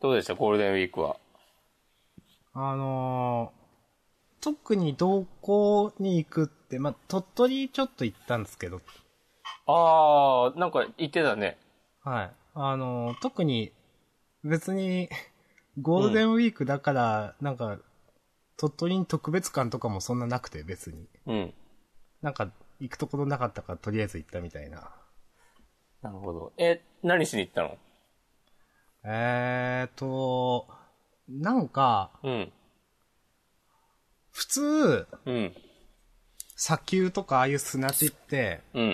どうでしたゴールデンウィークは。あのー特に同行に行くって、まあ、鳥取ちょっと行ったんですけど、あー、なんか言ってたね。はい。あのー特に、別に、 ゴールデンウィークだから、なんか、鳥取に特別感とかもそんななくて、別に。うん。なんか、行くところなかったから、とりあえず行ったみたいな。なるほど。え、何しに行ったのえーと、なんか、うん。普通、うん。砂丘とかああいう砂地って、うん。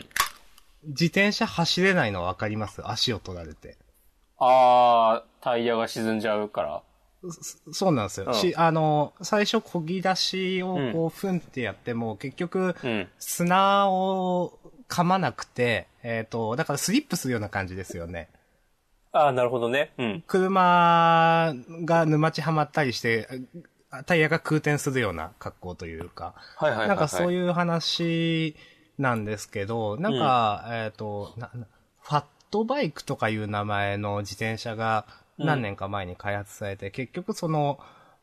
自転車走れないの分かります足を取られて。あー、タイヤが沈んじゃうから。そそうなんですよ。うんし、あの、最初漕ぎ出しをこう、ふんってやっても、結局、うん。砂を噛まなくて、えっ、と、だからスリップするような感じですよね。あー、なるほどね。うん。車が沼地はまったりして、あタイヤが空転するような格好というか、はいはいはい、はい。なんかそうう。いう話なんですけど、なんか、えっ、とな、なファットバイクとかいう名前の自転車がうん何年か前に開発されて、結局その、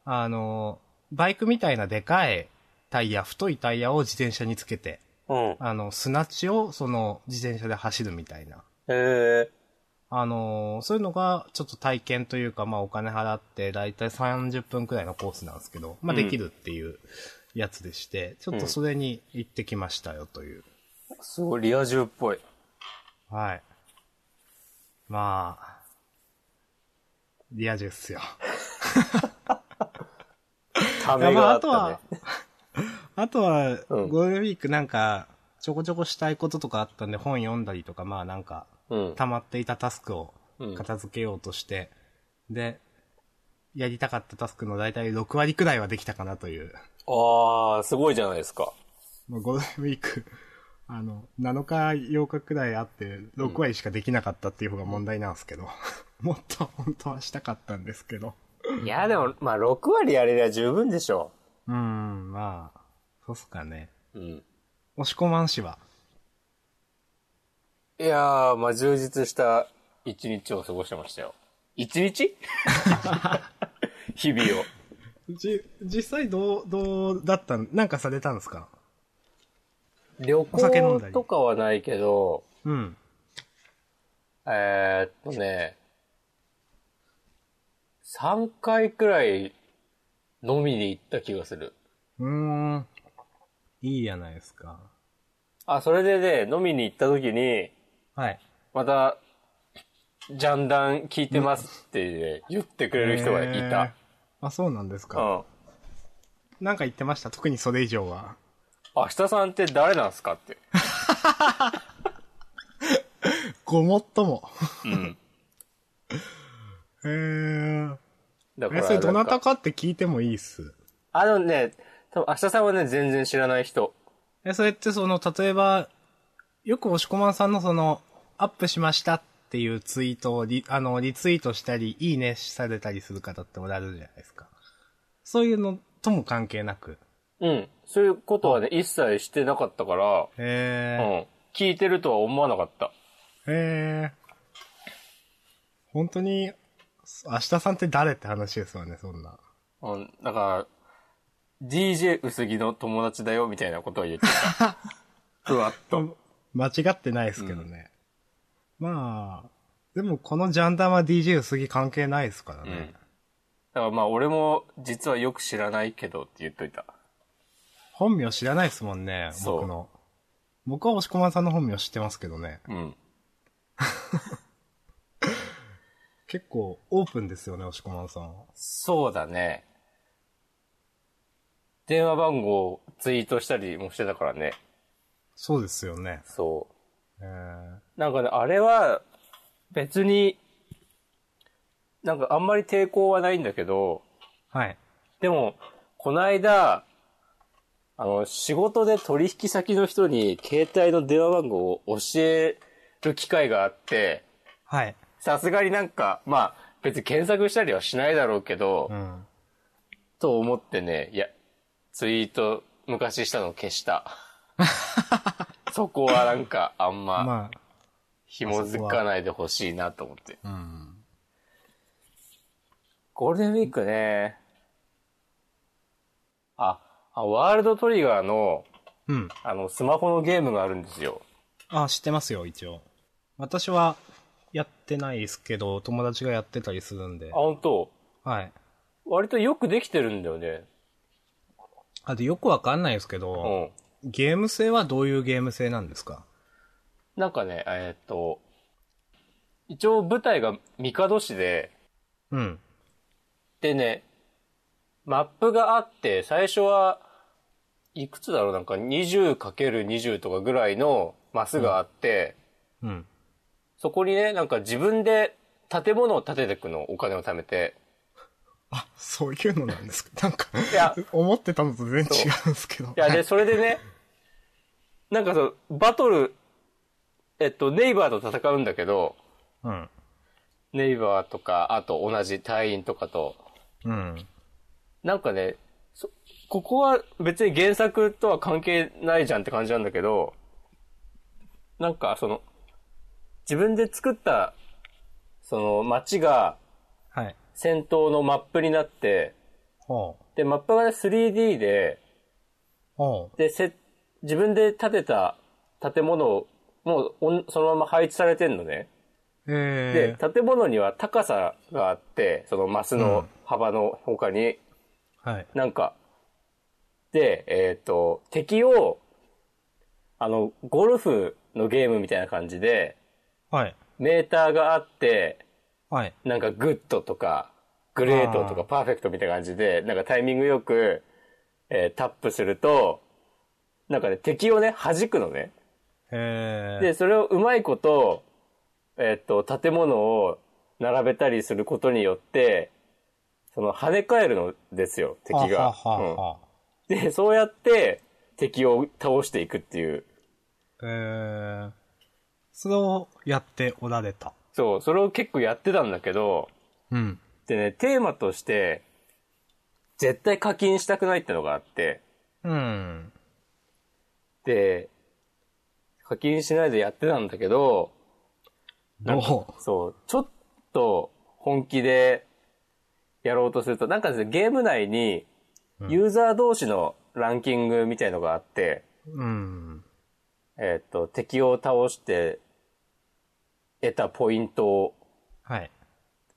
あの、バイクみたいなでかいタイヤ、太いタイヤを自転車につけて、うん。あの、砂地をその自転車で走るみたいな。えあのーそういうのがちょっと体験というか、まあお金払ってだいたい30分くらいのコースなんですけど、まあうんできるっていうやつでして、ちょっとそれに行ってきましたよという。ー、すごいリア充っぽい。はい。まあ、リア充っすよ。ためがあったね。まあああとは、 うんゴールデンウィークなんか、ちょこちょこしたいこととかあったんで本読んだりとか、まあなんか、うん。溜まっていたタスクをうん片付けようとして、で、やりたかったタスクの大体6割くらいはできたかなという、あー、すごいじゃないですか。もうゴールデンウィーク、 あの、7日、8日くらいあって、6割しかできなかったっていう方が問題なんですけど、 もっと本当はしたかったんですけど。いや、でも、まあ、6割やれりゃ十分でしょうーん、まあ、そうっすかね。う。うん。押し込まんしは。いやー、まあ、充実した一日を過ごしてましたよ。一 日日々を。じ、実際どう、どうだったん、なんかされたんですか旅お酒飲んだ行りとかはないけど、うん。えー、っとね、3回くらい飲みに行った気がする。うーん。いいじゃないですか。あ、それでね、飲みに行った時に、はい。また、ジャンダン聞いてますってね、言ってくれる人がいえーた。あ、そうなんですうか。ん。なんか言ってました。特にそれ以上は。明日さんって誰なんすかって。ごもっとも。うん。へー だえ、それどなたかかって聞いてもいいっす。あのね、多分明日さんはね、全然知らない人。え、それってその、例えば、よく押し込まんさんのその、アップしましたっていうツイートをリ、あの、リツイートしたり、いいねされたりする方っておられるじゃないですか。そういうのとも関係なく。うん。そういうことはね、一切してなかったから、うへん。聞いてるとは思わなかった。え。へえ。本当に、明日さんって誰って話ですよね、そんな。うん。だから、DJ 薄木の友達だよ、みたいなことを言ってた。ふわっと。間違ってないですけどね。まあ、でもこのジャンダンは DJ 薄木関係ないですからうん。だね。からまあ、俺も実はよく知らないけどって言っといた。本名知らないですもんね、そう僕の。僕は押し込まんさんの本名知ってますけどね。うん。結構オープンですよね、押し込まんさんは。そうだね。電話番号をツイートしたりもしてたからね。そうですよね。そう。えーなんかね、あれは、別に、なんかあんまり抵抗はないんだけど、はい。でも、この間、あの、仕事で取引先の人に携帯の電話番号を教える機会があって、はい。さすがになんか、まあ、別に検索したりはしないだろうけど、うん。と思ってね、いや、ツイート昔したの消 した。そこはなんかあんまま紐づかないでほしいなと思って。あ、うん。ゴールデンウィークね。あ、あワールドトリガーの、うん。あの、スマホのゲームがあるんですよ。あ、知ってますよ、一応。私は、やってないですけど、友達がやってたりするんであ、。本当はい。割とよくできてるんだよね。あと、よくわかんないですけど、うん。ゲーム性はどういうゲーム性なんですかなんかね、えーっと、一応舞台が帝市で、うん。でね、マップがあって、最初は、いくつだろうなんか 20×20 とかぐらいのマスがあって、うん。そこにね、なんか自分で建物を建てていくの、お金を貯めて。あ、そういうのなんです か。なんか、いや、思ってたのと全然違うんですけど。いや、は で、それでね、なんかそう、バトル、えっと、ネイバーと戦うんだけど、うん。ネイバーとか、あと同じ隊員とかと、うん。なんかね、そここは別に原作とは関係ないじゃんって感じなんだけど、なんかその、自分で作った、その街がはい。戦闘のマップになって、ほう。で、マップがね 3D で、ほで、せ、自分で建てた建物を、もうおんそのまま配置されてんのね。う。えで、建物には高さがあって、そのマスうのん幅の他に、ー、はい。なんか、で、えっ、と、敵を、あの、ゴルフのゲームみたいな感じで、はい。メーターがあって、はい。なんかグッドとか、グレートとあーかパーフェクトみたいな感じで、なんかタイミングよく、えータップすると、なんかね、敵をね、弾くのね。えー、で、それをうまいこと、えっ、と、建物を並べたりすることによって、その、跳ね返るのですよ、敵がは。あはあはあはあうんで、 そうやって、敵を倒していくっていう。えー、それをやっておられた。そう、それを結構やってたんだけど、うん。でね、テーマとして、絶対課金したくないってのがあって、うん。で、課金しないでやってたんだけど、どうそう、ちょっと本気でやろうとすると、なんかですね、ゲーム内にユーザー同士のランキングみたいのがあって、うん。えーっと、敵を倒して得たポイントはい。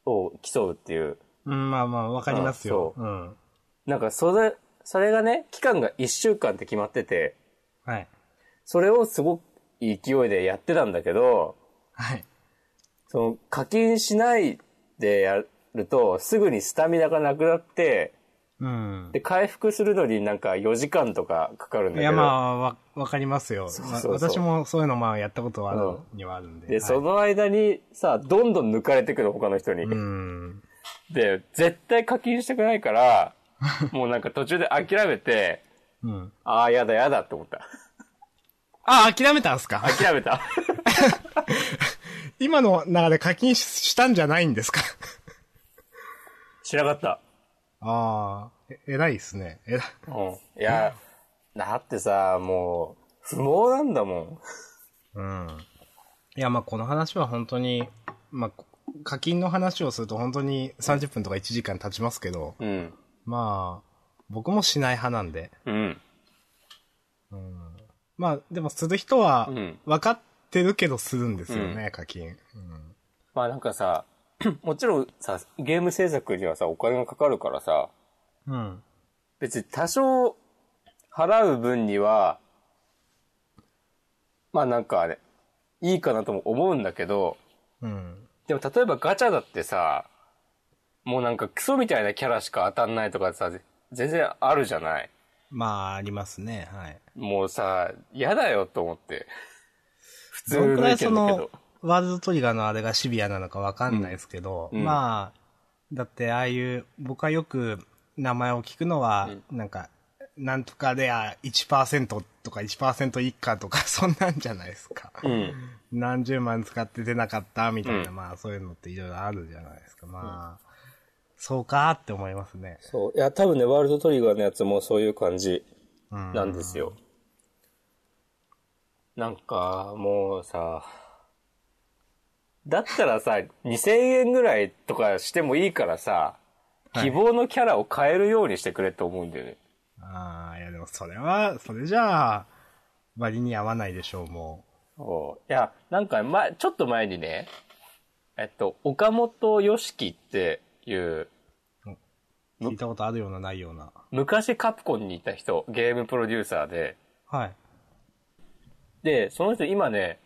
を競うっていう、うん、まあまあ、わかりますよ。あうそん。なんかそれ、それがね、期間が1週間って決まってて、はい。それをすごくいい勢いでやってたんだけど、はい。その課金しないでやると、すぐにスタミナがなくなって、うん。で、回復するのになんか4時間とかかかるんだいけど。や、まあ、わ、わかりますよ。そうそうまあ私もそういうの、まあ、やったことはあるにはあるんで。で、はいその間にさ、どんどん抜かれてくる他の人に。うん。で、絶対課金したくないから、もうなんか途中で諦めて、うん。ああ、やだやだって思った。あ、諦めたんすか諦めた。今の中で課金ししたんじゃないんですか しなかった。ああ、え、偉いですね。えらうん。いや、だってさ、もう、不毛なんだもん。うん。いや、まあ、この話は本当に、まあ、こ課金の話をすると本当に30分とか1時間経ちますけど、うん。まあ、僕もしない派なんで。うん。まあ、でもする人はうん、分かってるけどするんですよね、課金。まあなんかさ、 もちろんさ、ゲーム制作にはさ、お金がかかるからさ、うん。うん。別に多少払う分には、まあなんかあれ、いいかなとも思うんだけど、うん。でも例えばガチャだってさ、もうなんかクソみたいなキャラしか当たんないとかさ、全然あるじゃない。まあ、ありますね、はい。もうさ、嫌だよと思って。普通どんくの意見らだいけそどの。、ワールドトリガーのあれがシビアなのかわかんないですけど、うんうんまあ、だってああいう、僕はよく名前を聞くのは、なんか、なんとかレア1%とか1%以下とか、 そんなんじゃないですか。うん。何十万使って出なかったみたいな、うんまあそういうのっていろいろあるじゃないですか。まあ、そうかーって思いますね。そう。いや、多分ね、ワールドトリガーのやつもそういう感じうんなんですよ。なんか、もうさ、だったらさ、2000円ぐらいとかしてもいいからさ、はい希望のキャラを変えるようにしてくれって思うんだよね。ああ、いやでもそれは、それじゃあ、割に合わないでしょう、もおいや、なんか、ま、ちょっと前にね、えっと、岡本よしきっていう、う。聞いたことあるような、ないような。昔カプコンにいた人、ゲームプロデューサーで、はい。で、その人今ね、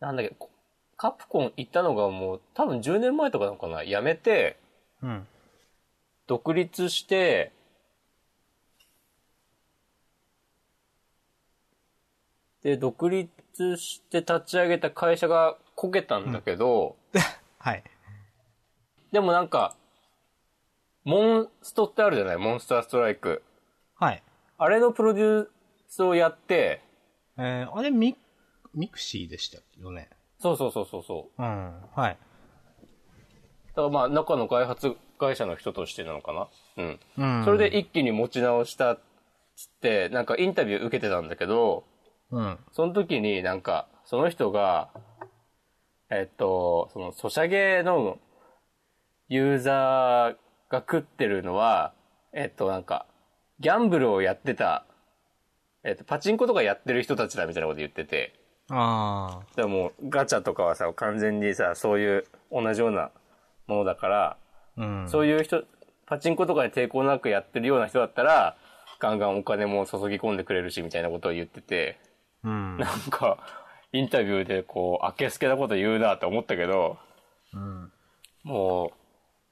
なんだっけ、こカプコン行ったのがもう多分10年前とかなのかな、辞めて、うん。独立して、で、独立して立ち上げた会社がこけたんだけど、はい。でもなんか、モンストってあるじゃないモンスターストライク。はい。あれのプロデュースをやって、えー、あれ、ミ、ミクシーでしたよね。そうそうそうそうそう。うん。はい。だからまあ中の開発会社の人としてなのかなうん。うん。それで一気に持ち直したっつって、なんかインタビュー受けてたんだけど、うん。その時になんか、その人が、えっと、その、ソシャゲのユーザーが食ってるのは、えっと、なんか、ギャンブルをやってた、えっと、パチンコとかやってる人たちだみたいなこと言ってて、あでもうガチャとかはさ、完全にさ、そういう同じようなものだから、あ。うん。そういう人、パチンコとかに抵抗なくやってるような人だったら、ガンガンお金も注ぎ込んでくれるし、みたいなことを言ってて、うん。なんか、インタビューでこう、あけすけなこと言うなって思ったけど、 うん。もう、ま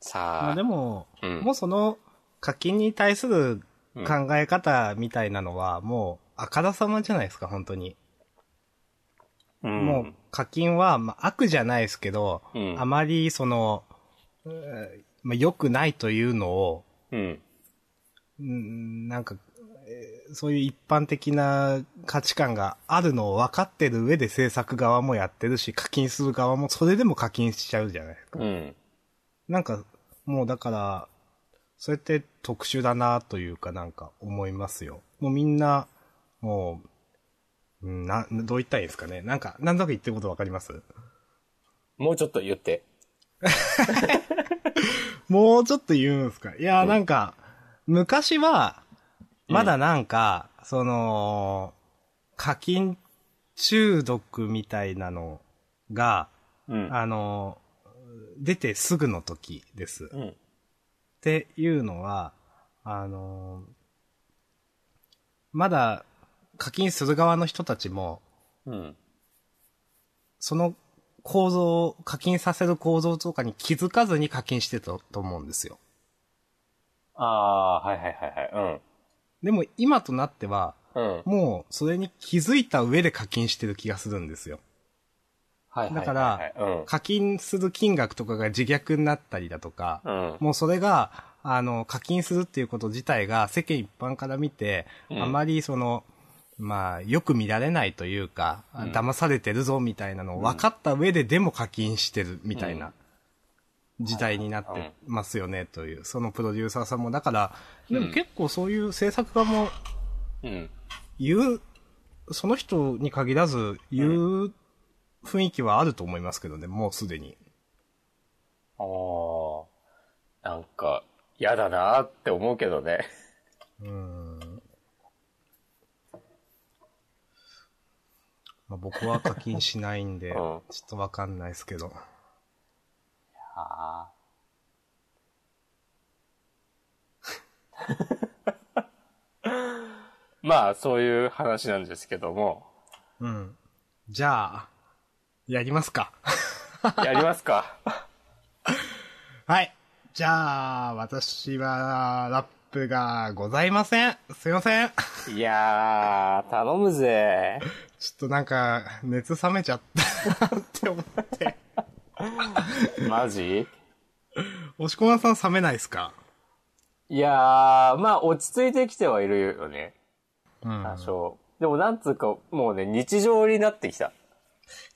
さあであ、も、うんもうその課金に対する考え方みたいなのは、もうあからさまじゃないですか、本当に。うんもう課金は、まあ、悪じゃないですけど、うんあまりその、うーまあ、良くないというのを、うん。うんなんか、えーそういう一般的な価値観があるのを分かってる上で制作側もやってるし、課金する側もそれでも課金しちゃうじゃないですか。うん。なんか、もうだから、それって特殊だなというかなんか思いますよ。もうみんな、もう、うんな、どう言ったらいいんですかね。なんか、なんとなく言ってることわかりますもうちょっと言って。もうちょっと言うんですか。いや、なんか、昔は、まだなんか、その、課金中毒みたいなのが、うん。あの、出てすぐの時です。うん。っていうのは、あのーまだ課金する側の人たちも、うん。その構造、課金させる構造とかに気づかずに課金してたと思うんですよ。ああー、はいはいはいはい。でも今となっては、うん。うん。もうそれに気づいた上で課金してる気がするんですよ。はいはいはいはい。だからうん。課金する金額とかが自虐になったりだとか、うん。もうそれが、あの、課金するっていうこと自体が世間一般から見て、うんあまりその、まあ、よく見られないというか、あうん騙されてるぞみたいなのを分かった上ででも課金してるみたいな時代になってますよねという、そのプロデューサーさんも。だから、でも結構そういう制作側もうん。言う、その人に限らず言う雰囲気はあると思いますけどね、もうすでに。ああ、なんか、嫌だなって思うけどね。まあ、僕は課金しない んで、んちょっとわかんないですけど。ああ。 まあ、そういう話なんですけども。うん。じゃあ、やりますか。 やりますか。はい。じゃあ、私は、ラップがございません。すいません。ちょ いやー、頼むぜ。っとなんか、熱冷めちゃったなって思って。マジ押し込まさん冷めないですかいやー、まあ、落ち着いてきてはいるよね。うん。多少。でも、なんつうか、もうね、日常になってきた。い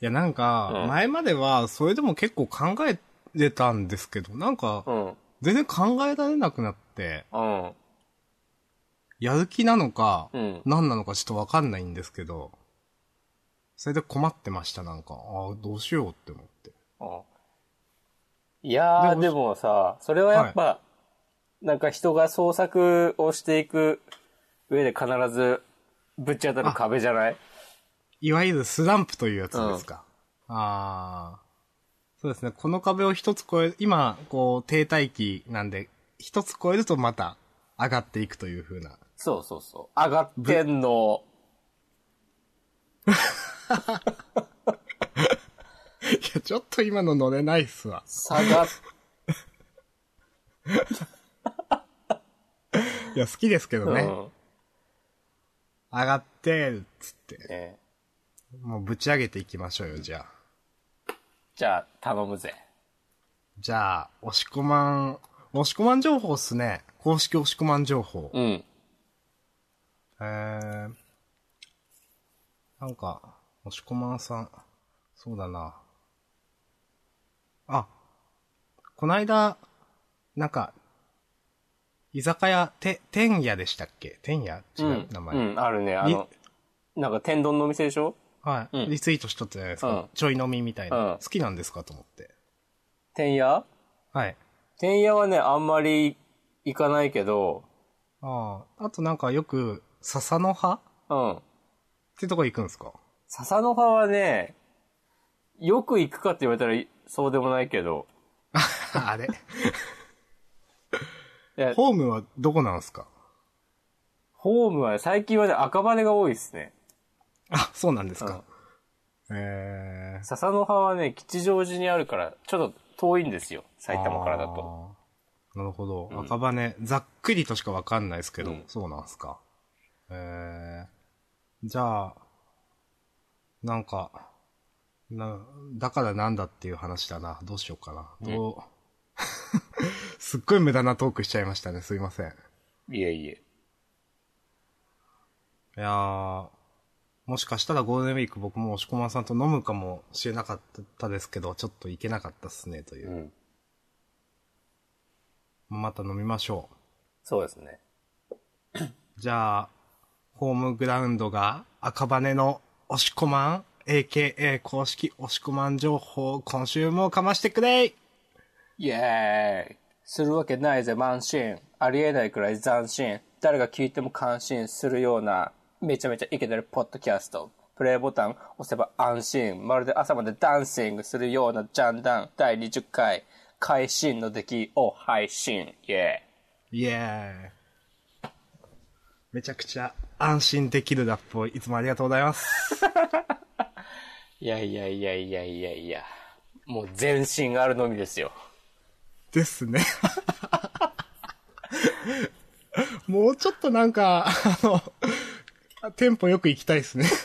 や、なんかう、ん前までは、それでも結構考えてたんですけど、なんかう、ん。全然考えられなくなって、うん。やる気なのか、うん。何なのかちょっとわかんないんですけど、それで困ってました、なんか。ああ、どうしようって思って。うんいやでー、もでもさ、それはやっぱ、なんか人が創作をしていく上で必ずぶち当たる壁じゃないいわゆるスランプというやつですか。ああ。そうですね。この壁を一つ越え、今、こう、停滞期なんで、一つ越えるとまた上がっていくという風な。そうそうそう。上がってんの。いや、ちょっと今の乗れないっすわ。下がっ、いや、好きですけどね。上がってる、つってうん。。ねもうぶち上げていきましょうよ、じゃあ。じゃあ、頼むぜ。じゃあ、押し込まん、押し込まん情報っすね。公式押し込まん情報。うん。えー、なんか、押し込まんさん、そうだな。あ、こないだ、なんか、居酒屋、て、天夜でしたっけ天夜違う、うん。名前。うん、あるね。あの、なんか天丼のお店でしょはい、うんリツイートしとったじゃないですか。うんちょい飲みみたいな、うん好きなんですかと思って。天屋はい。天屋はね、あんまり行かないけど、ああ、あとなんかよく、笹の葉っうん。てとこ行くんですか笹の葉はね、よく行くかって言われたらそうでもないけど、 あれいやホームはどこなんですかホームはね最近はね、赤羽が多いですね。あ、そうなんですうんか。えー、笹の葉はね、吉祥寺にあるから、ちょっと遠いんですよ。埼玉からだと。あー。なるほど。赤羽、ざっくりとしかわかんないですけど、うんそうなんすか。えー、じゃあ、なんか、な、だからなんだっていう話だな。どうしようかな。どう、 すっごい無駄なトークしちゃいましたね。すいません。いえいえ。いやー、もしかしたらゴールデンウィーク僕も押し込まんさんと飲むかもしれなかったですけど、ちょっと行けなかったっすね、というう。ん。また飲みましょう。そうですね。じゃあ、ホームグラウンドが赤羽の押し込まん、AKA 公式押し込まん情報を今週もかましてくれいイエーイするわけないぜ、満身。ありえないくらい斬新。誰が聞いても感心するような、めちゃめちゃイケてるポッドキャスト。プレイボタン押せば安心。まるで朝までダンシングするようなジャンダン。第20回、会心の出来を配信。イエイエーイめちゃくちゃ安心できるラップをいつもありがとうございます。ーイ。いやいやいやいやいやいや。もう全身あるのみですよ。ですね。 もうちょっとなんか、あの、テンポよく行きたいですね。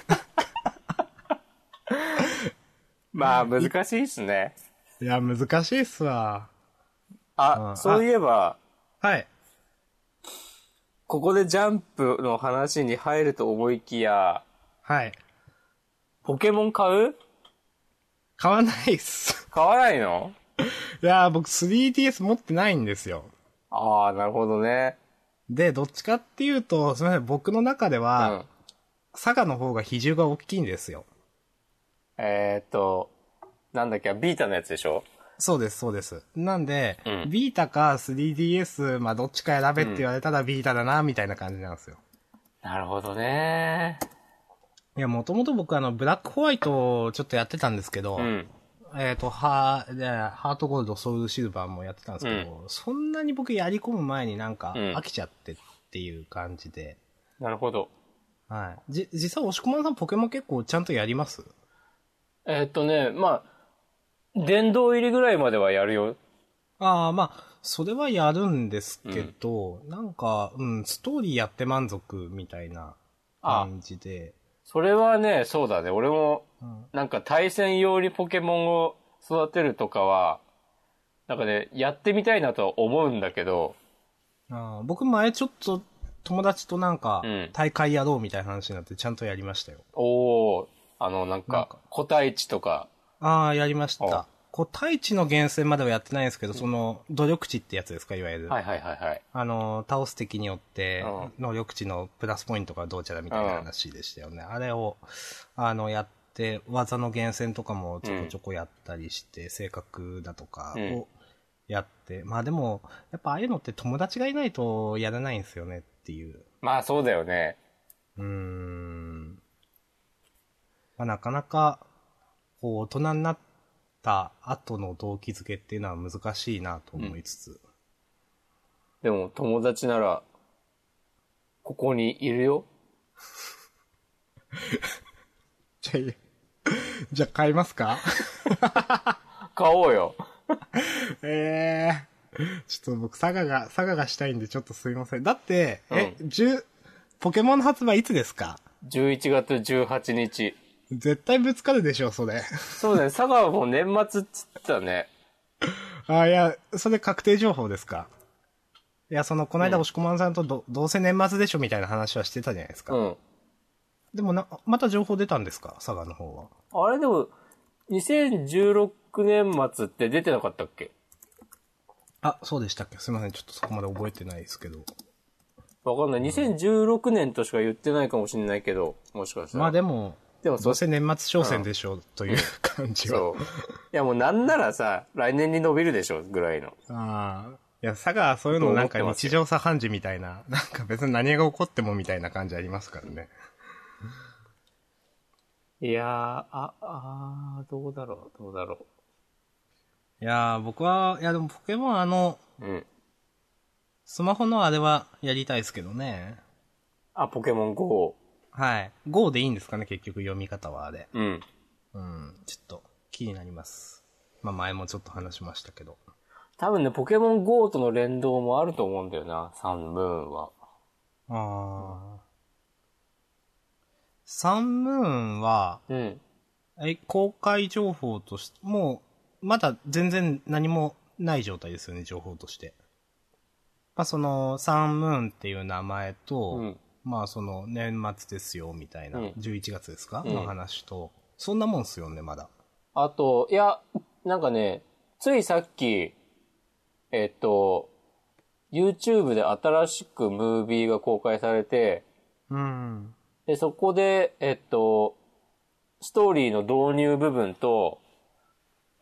まあ、難しいっすね。いや、難しいっすわ。あ、そういえば、はい。ここでジャンプの話に入ると思いきや、はい。ポケモン買う買わないっす。 買わないのいやー、僕 3DS 持ってないんですよ。ああ、なるほどね。で、どっちかっていうと、すみません、僕の中でうは、ん。佐賀の方が比重が大きいんですよ。えー、っと、なんだっけ、ビータのやつでしょそうです、そうです。なんで、うんビータか 3DS、まあ、どっちか選べって言われたらビータだな、みたいな感じなんですよ。なるほどね。いや、もともと僕、あの、ブラックホワイトをちょっとやってたんですけど、うん。えっ、と、ハー、でハートゴールド、ソウルシルバーもやってたんですけど、そんなに僕やり込む前になんかうん飽きちゃってっていう感じで、なるほど。はい。じ、実際、押し込まんさんポケモン結構ちゃんとやりますえー、っとね、まあ、殿堂入りぐらいまではやるよ。ああ、まあ、それはやるんですけど、なんか、うん、ストーリーやって満足みたいなあ感じで、それはね、そうだね。俺も、うんなんか対戦用にポケモンを育てるとかは、なんかね、やってみたいなとは思うんだけど、あー僕前ちょっと友達となんかうん、大会やろうみたいな話になってちゃんとやりましたよ。おおあの、なんなんかか、個体値とか、ああ、やりましあた。個体値の厳選まではやってないんですけど、その、努力値ってやつですか、いわゆる。はいはいはいはい。あの、倒す敵によってう、能力値のプラスポイントがどうちゃらみたいな話でしたよね。あれを、あの、やって、技の厳選とかもちょこちょこやったりして、性格だとかうんをやって。まあでも、やっぱああいうのって友達がいないとやらないんですよねっていう。まあそうだよね。うーん。まあなかなか、こう大人になった後の動機づけっていうのは難しいなと思いつつ。でも友達なら、ここにいるよ。じゃあいい、 じゃあ買います か買おうよ。ええちょっと僕、佐賀が、佐賀がしたいんで、ちょっとすいません。だって、え、十、ポケモンの発売いつですか11月18日。絶対ぶつかるでしょ、それ。そうだね、佐賀はもう年末っつってたね。あ、いや、それ確定情報ですかいや、その、この間、押駒さんとど、どうせ年末でしょ、みたいな話はしてたじゃないですか。うん。でもな、また情報出たんですか佐賀の方は。あれでも、2016年末って出てなかったっけあ、そうでしたっけすいません、ちょっとそこまで覚えてないですけど。わかんない。2016年としか言ってないかもしれないけど、もしかしたら。まあでも、でもどそううせ年末商戦でしょ、うという感じは。そう。いやもうなんならさ、来年に伸びるでしょ、ぐらいの。ああ。いや、佐賀はそういうのなんかと思ってます日よ常茶飯事みたい な、なんか別に何が起こってもみたいな感じありますからね。いやー、あ、あーどうだろう、どうだろいやー、僕は、いやでもポケモンあの、う。うん。スマホのあれはやりたいですけどね。あ、ポケモン GO。はい。GO でいいんですかね、結局読み方はあれ。うん。うん、ちょっと気になります。まあ前もちょっと話しましたけど。多分ね、ポケモン GO との連動もあると思うんだよな、サンムーンは。ああ。サンムーンは、うん。え、公開情報として、もう、まだ全然何もない状態ですよね、情報として。まあ、その、サンムーンっていう名前と、うんまあ、その、年末ですよ、みたいな、うん11月ですか、うんの話と、そんなもんっすよね、まだ。あと、いや、なんかね、ついさっき、えっと、YouTube で新しくムービーが公開されて、うん。で、そこで、えっと、ストーリーの導入部分と、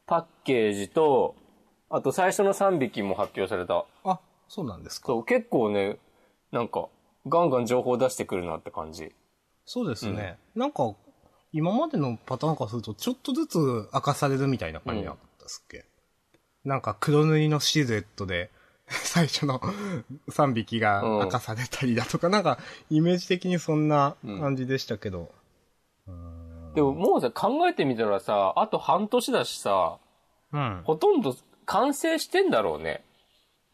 パッケージと、あと最初の3匹も発表された。あ、そうなんですか。そう、結構ね、なんか、ガンガン情報出してくるなって感じ。そうですね。なんか、今までのパターンからすると、ちょっとずつ明かされるみたいな感じだったっすっけ、なんか黒塗りのシルエットで、 最初の3匹が明かされたりだとか、なんか、イメージ的にそんな感じでしたけど。でももうさ、考えてみたらさ、あと半年だしさ、うん。あほとんど完成してんだろうね。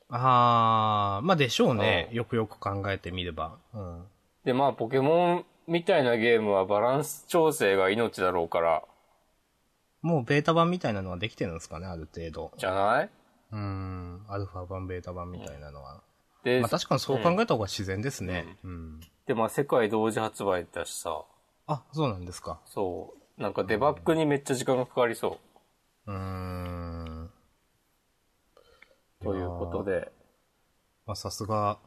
あー、まあでしょうね。うんよくよく考えてみれば。うん。で、まあ、ポケモンみたいなゲームはバランス調整が命だろうから、もうベータ版みたいなのはできてるんですかね、ある程度。じゃないうん。アルファ版、ベータ版みたいなのは。で、まあ確かにそう考えた方が自然ですね。うんで、まあ、世界同時発売だしさ、あ、そうなんですか。そう。なんかデバッグにめっちゃ時間がかかりそうーん。う。ということで。まあ、さすが、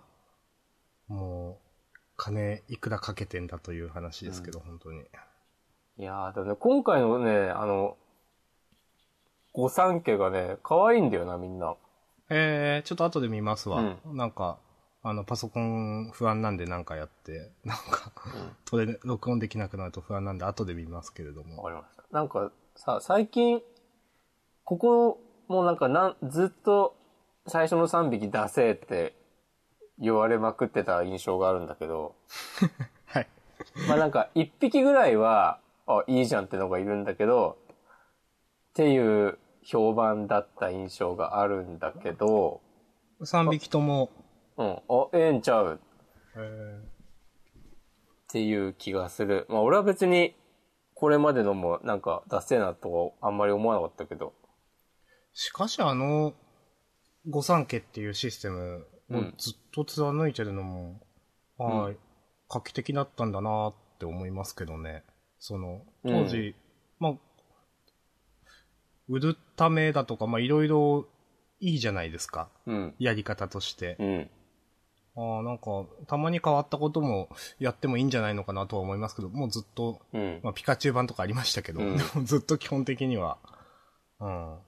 もう、金いくらかけてんだという話ですけど、本当に。いやー、でもね、今回のね、あの、御三家がね、可愛いんだよな、みんな。えー、ちょっと後で見ますわ。なんか、あの、パソコン不安なんでなんかやって、なんか、取れ、録音できなくなると不安なんで後で見ますけれどわも。かりました。なんかさ、最近、ここもなんかなん、ずっと最初の3匹出せって言われまくってた印象があるんだけ ど、はい。まあなんか1匹ぐらいは、あ、いいじゃんってのがいるんだけど、っていう評判だった印象があるんだけど、 3匹とも、うん、あ、ええんちゃうえー、っていう気がする。まあ俺は別に、これまでのもなんか出せえなとはあんまり思わなかったけど、しかしあの、御三家っていうシステムうをんずっと貫いてるのも、はうい、画期的だったんだなって思いますけどね。その、当時、まあ、売るためだとか、まあいろいろいいじゃないですか。うん、やり方として。うん。ああ、なんか、たまに変わったこともやってもいいんじゃないのかなとは思いますけど、もうずっと、うん。まあピカチュウ版とかありましたけど、 うんでもずっと基本的には、うん、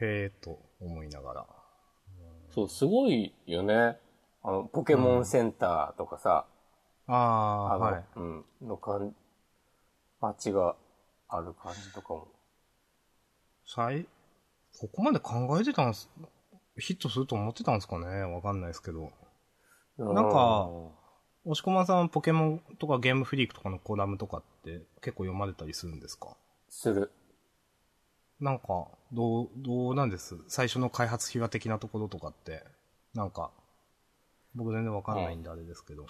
へえと思いながら。そう、すごいよね。あの、ポケモンセンターとかさ、ああ、あの、はい。うん、の感、街がある感じとかも。最、ここまで考えてたんす、ヒットすると思ってたんですかねわかんないですけど。なんか押駒さんはポケモンとかゲームフリークとかのコラムとかって結構読まれたりするんですかする。なんか、どう、どうなんです最初の開発秘話的なところとかって、なんか、僕全然わかんないんであれですけど。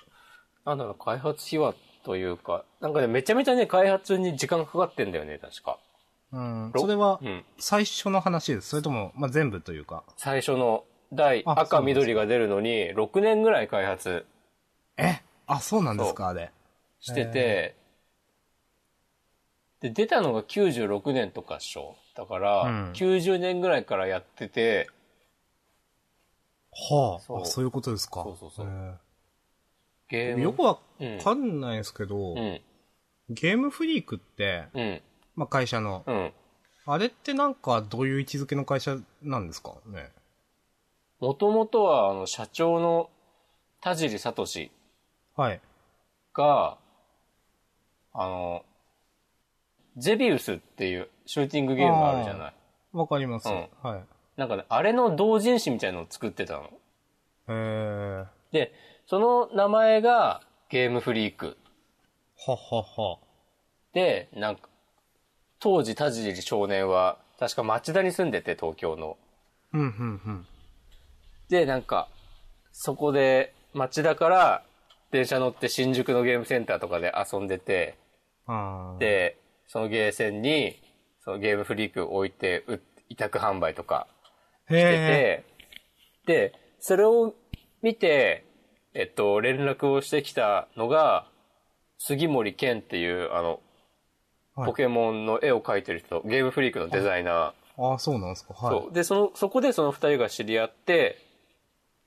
なんだろう、開発秘話というか、なんかね、めちゃめちゃね、開発に時間かかってんだよね、確か。うん。ろそれはう、ん。最初の話です。それとも、まあ、全部というか。最初の、第、あ赤、緑が出るのに、6年ぐらい開発えあ、そうなんですかあれ。してて、で、出たのが96年とかっしょ。だから、うん90年ぐらいからやってて、はあそうあ、そういうことですか。そうそうそうへゲーえ僕ム。よくわかんないですけど、うん、ゲームフリークって、うん、まあ、会社の、うん。あれってなんかどういう位置づけの会社なんですかね。もともとは、あの、社長の田尻聡はい。が、あの、ゼビウスっていうシューティングゲームあるじゃない。わかります。うんはい。なんかね、あれの同人誌みたいのを作ってたの。えー、はで、その名前がゲームフリーク。はは。で、なんか、当時田尻少年は、確か町田に住んでて、東京の。うん、うん、うん。で、なんか、そこで町田から電車乗って新宿のゲームセンターとかで遊んでて、あー、で、そのゲーセンに、そのゲームフリーク置いて、う委託販売とかへしてえて、で、それを見て、えっと、連絡をしてきたのが、杉森健っていう、あの、はいポケモンの絵を描いてる人、ゲームフリークのデザイナー。あー、そうなんですか。はい。そう。で、その、そこでその二人が知り合って、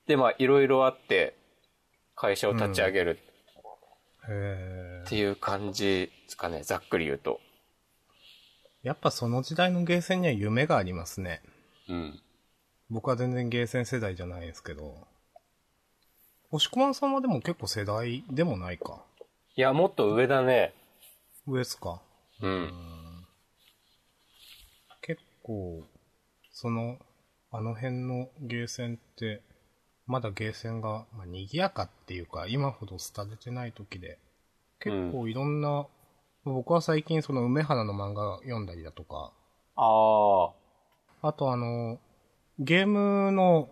で、まあ、いろいろあって、会社を立ち上げるへっえ。ていう感じですかね、ざっくり言うと。やっぱその時代のゲーセンには夢がありますね。うん。僕は全然ゲーセン世代じゃないですけど。押駒さんはでも結構世代でもないか。いや、もっと上だね。上ですか。うん。結構、その、あの辺のゲーセンって、まだゲーセンが、まあ、賑やかっていうか、今ほど廃れてない時で、結構いろんな、僕は最近その梅原の漫画読んだりだとか、ああ。あとあの、ゲームの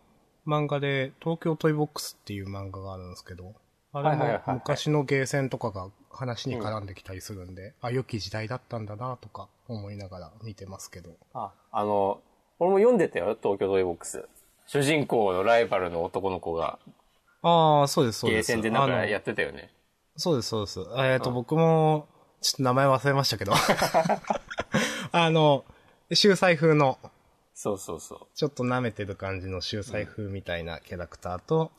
漫画で、東京トイボックスっていう漫画があるんですけど、あはれいはいはいもはい昔のゲーセンとかが話に絡んできたりするんで、あ、良き時代だったんだなとか思いながら見てますけど。あ、あの、俺も読んでたよ、東京トイボックス。主人公のライバルの男の子が、ああ、そうです、そうゲでーす。センでなんあかのやってたよね。そうです、そうです。えっ、と、僕も、ちょっと名前忘れま したけど。あの、秀才風の、そうそうそちょっと舐めてる感じの秀才風みたいなキャラクターと、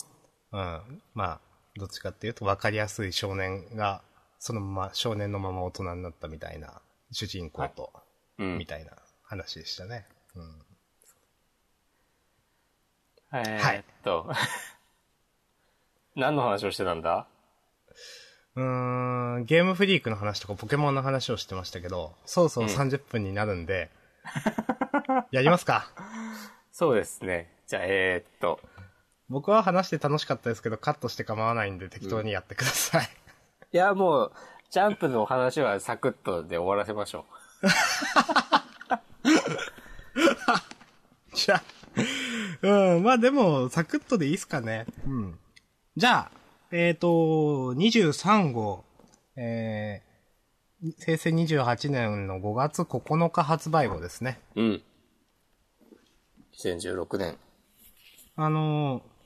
うん、まあ、どっちかっていうと分かりやすい少年が、そのまま、少年のまま大人になったみたいな、主人公と、う。うん。みたいな話でしたね。うん。えーっと。 何の話をしてたんだうーん、ゲームフリークの話とかポケモンの話をしてましたけど、そろそろうん30分になるんで、やりますかそうですね。じゃあ、えーっと。僕は話して楽しかったですけど、カットして構わないんで適当にやってください。いや、もう、ジャンプのお話はサクッとで終わらせましょじゃあ、うん、まあでも、サクッとでいいっすかね。うん。じゃあ、えっ、ー、と、23号、えー、平成28年の5月9日発売後ですね。う。うん。2016年。あのー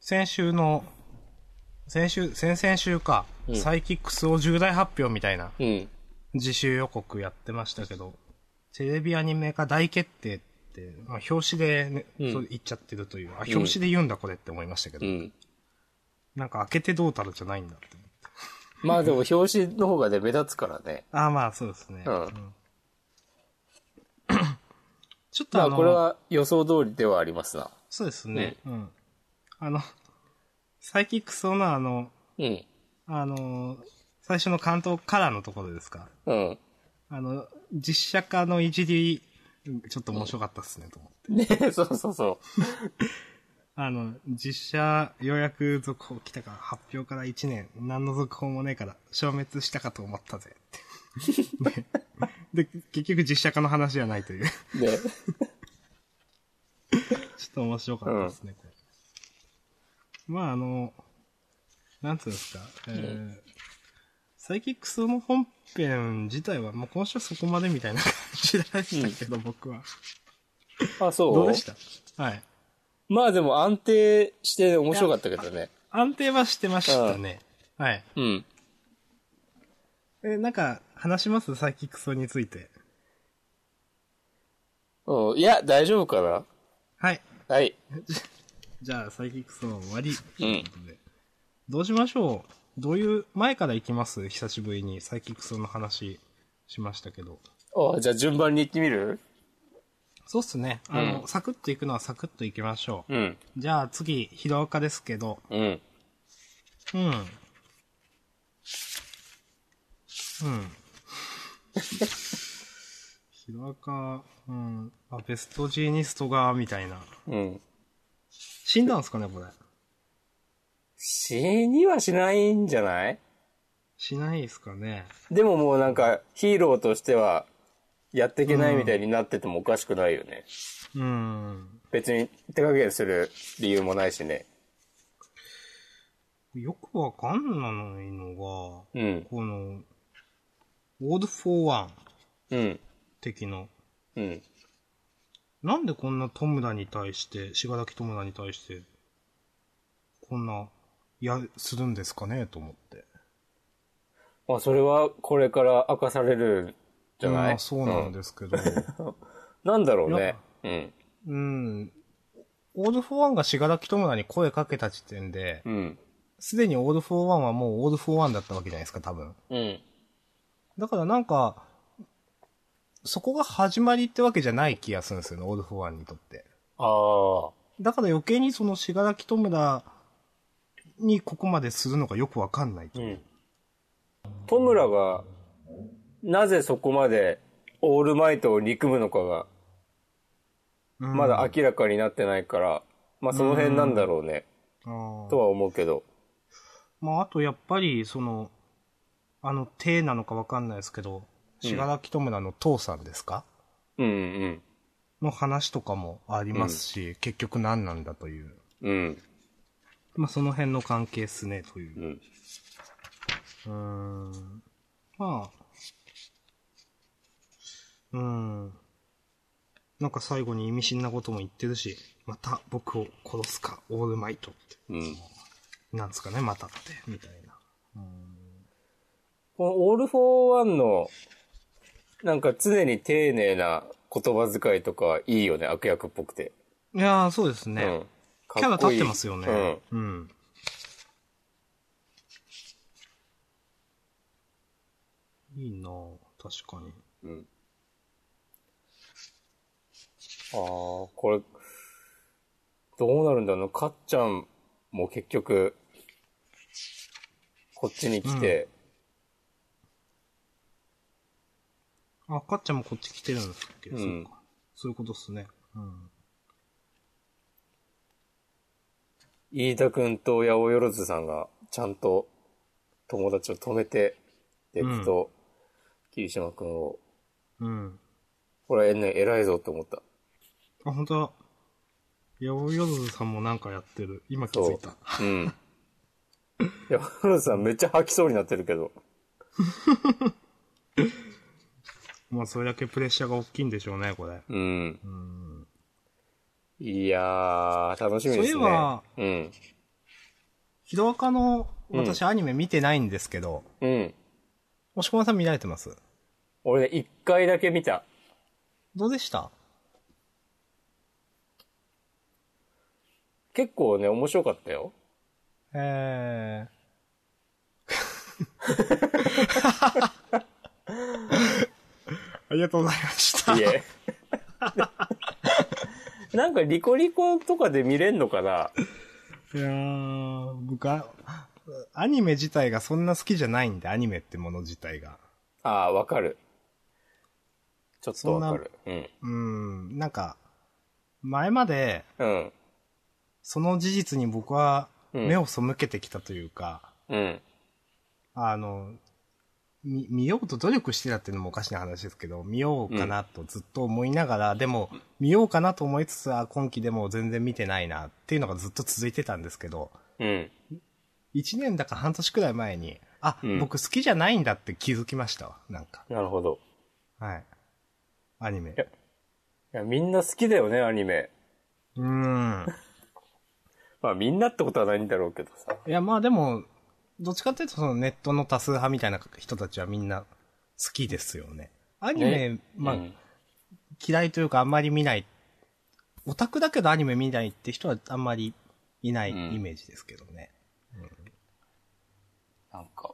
先週の、先週、先々週か、サイキックスを重大発表みたいなうん。自習予告やってましたけど、テレビアニメ化大決定って、まあ、表紙で、ねうんそう言っちゃってるという、あ、表紙で言うんだこれって思いましたけど、うん。なんか開けてどうたらじゃないんだって。まあでも、表紙の方がね、目立つからね。ああ、まあそうですね。うんんちょっとまああ、の、これは予想通りではありますな。そうですね。ねうん。あの、サイキックソナーの、うん。あの、最初の関東カラーのところですか。うん。あの、実写化のいじり、ちょっと面白かったですね、と思って。ねそうそうそあの、実写、ようやく続報来たから、発表から1年、何の続報もねえから、消滅したかと思ったぜ、 って。で、で結局実写化の話じゃないという。ちょう。ね。っと面白かったですね、これ。まあ、あの、なんつうんですか、えーサイキックスの本編自体は、もう今週そこまでみたいな感じでしたけど、僕は。あ、そうどうでしたはい。まあでも安定して面白かったけどね。安定はしてましたね。はい。うん。え、なんか、話しますサイキックソについて。うんいや、大丈夫かなはい。はい。じゃあ、サイキックソ終わり。うんということでどうしましょうどういう、前から行きます久しぶりにサイキックソの話しましたけど。あじゃあ順番に行ってみるそうっすね。あの、うんサクッと行くのはサクッと行きましょう。うん。じゃあ次、ヒロアカですけど。うん。うん。うん。 ヒロアカ、うん。あ、ベストジーニストが、みたいな。うん。死んだんすかね、これ。死にはしないんじゃないしないですかね。でももうなんかヒーローとしてはやっていけないみたいになっててもおかしくないよね。うん。別に手加減する理由もないしね。よくわかんないのが、うん。この、オールフォーワンうん。的な。うん。なんでこんなトムラに対して、しがらきトムラに対して、こんな、や、するんですかねと思って。まあそれはこれから明かされるんじゃない、まあそうなんですけど。うんなんだろうね。うん。うん。オールフォーワンがしがらきトムラに声かけた時点で、うん。すでにオールフォーワンはもうオールフォーワンだったわけじゃないですか、多分。うん。だからなんか、そこが始まりってわけじゃない気がするんですよね、オール・フォー・ワンにとって。ああ。だから余計にそのしがらきとむらにここまでするのがよくわかんない。うん。トムラが、なぜそこまでオールマイトを憎むのかが、うんまだ明らかになってないから、まあその辺なんだろうね、あーとは思うけど。まあ、あとやっぱり、その、あの、手なのかわかんないですけど、うんしがらきとむらの父さんですかうんの話とかもありますし、結局何なんだという。うん。うん。まあ、その辺の関係っすね、というう。ん。うーんまあ。うーん。なんか最後に意味深なことも言ってるし、また僕を殺すか、オールマイトって。うん。なんですかね、またって、みたいな。このオール・フォー・ワンの、なんか常に丁寧な言葉遣いとかいいよね、悪役っぽくて。いやー、そうですね。うん。キャラか立こっいいてますよね。うん。いいなぁ、確かに。うん。うん。ああ、これ、どうなるんだろうな。かっちゃんも結局、こっちに来て、あ、かっちゃんもこっち来てるんですっけ、うんそうか。そういうことっすね。うん。飯田くんと八百万さんがちゃんと友達を止めて、デックと桐島くんを、うん。これね、偉いぞって思った。あ、本当だ。ヤオヨズさんもなんかやってる。今気づいた。うん。 いや、ハルさんめっちゃ吐きそうになってるけど。まあ、それだけプレッシャーが大きいんでしょうね、これ。うん。うん。いやー、楽しみですね。そういえばうん。ヒロアカの、うん私アニメ見てないんですけど、うん。押し込まさん見られてます俺ね、一回だけ見た。どうでした結構ね、面白かった よ。えー。ありがとうございました。いえ。 なんかリコリコとかで見れんのかないやー、僕は、アニメ自体がそんな好きじゃないんで、アニメってもの自体が。ああ、わかる。ちょっとわかる。うん。うん、なんか、前まで、うん。その事実に僕はうん目を背けてきたというか、うん。あの、み見ようと努力してたっていうのもおかしな話ですけど、見ようかなとずっと思いながら、でも、見ようかなと思いつつ、あ、今期でも全然見てないなっていうのがずっと続いてたんですけど、うん。 1年だか半年くらい前に、あ、うん僕好きじゃないんだって気づきましたわ、なんか。なるほど。はい。アニメ。やいや、みんな好きだよね、アニメ。うーん。まあみんなってことはないんだろうけどさ。いや、まあでも、どっちかっていうとそのネットの多数派みたいな人たちはみんな好きですよね。アニメ、ねまあ、うん嫌いというかあんまり見ない。オタクだけどアニメ見ないって人はあんまりいないうんイメージですけどね。なんか、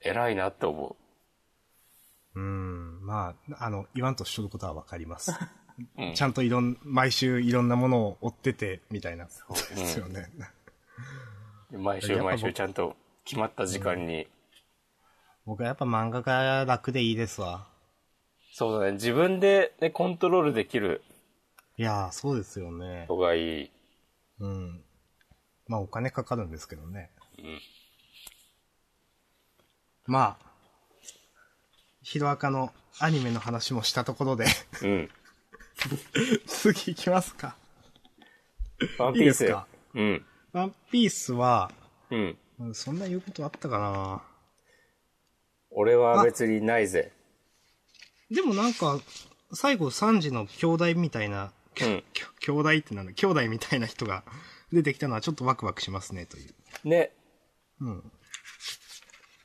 偉いなって思うーん、まあ、あの、言わんとしとることはわかります。う。うんちゃんといろん、毎週いろんなものを追ってて、みたいな。そううですよね。毎やっ週ぱ毎週僕ちゃんと決まった時間に。僕はやっぱ漫画が楽でいいですわ。そうだね。自分で、ね、コントロールできるいやー、そうですよね。のがいい。うん。まあお金かかるんですけどね。まあ、ヒロアカのアニメの話もしたところで、うん。次行きますか。ワンいいピでーすス。かうん。ワンピースは、うん。うんそんな言うことあったかな俺は別にないぜ。でもなんか、最後3時の兄弟みたいな、きょうんきょ兄弟ってなんだ、兄弟みたいな人が 出てきたのはちょっとワクワクしますね、という。ね。うん。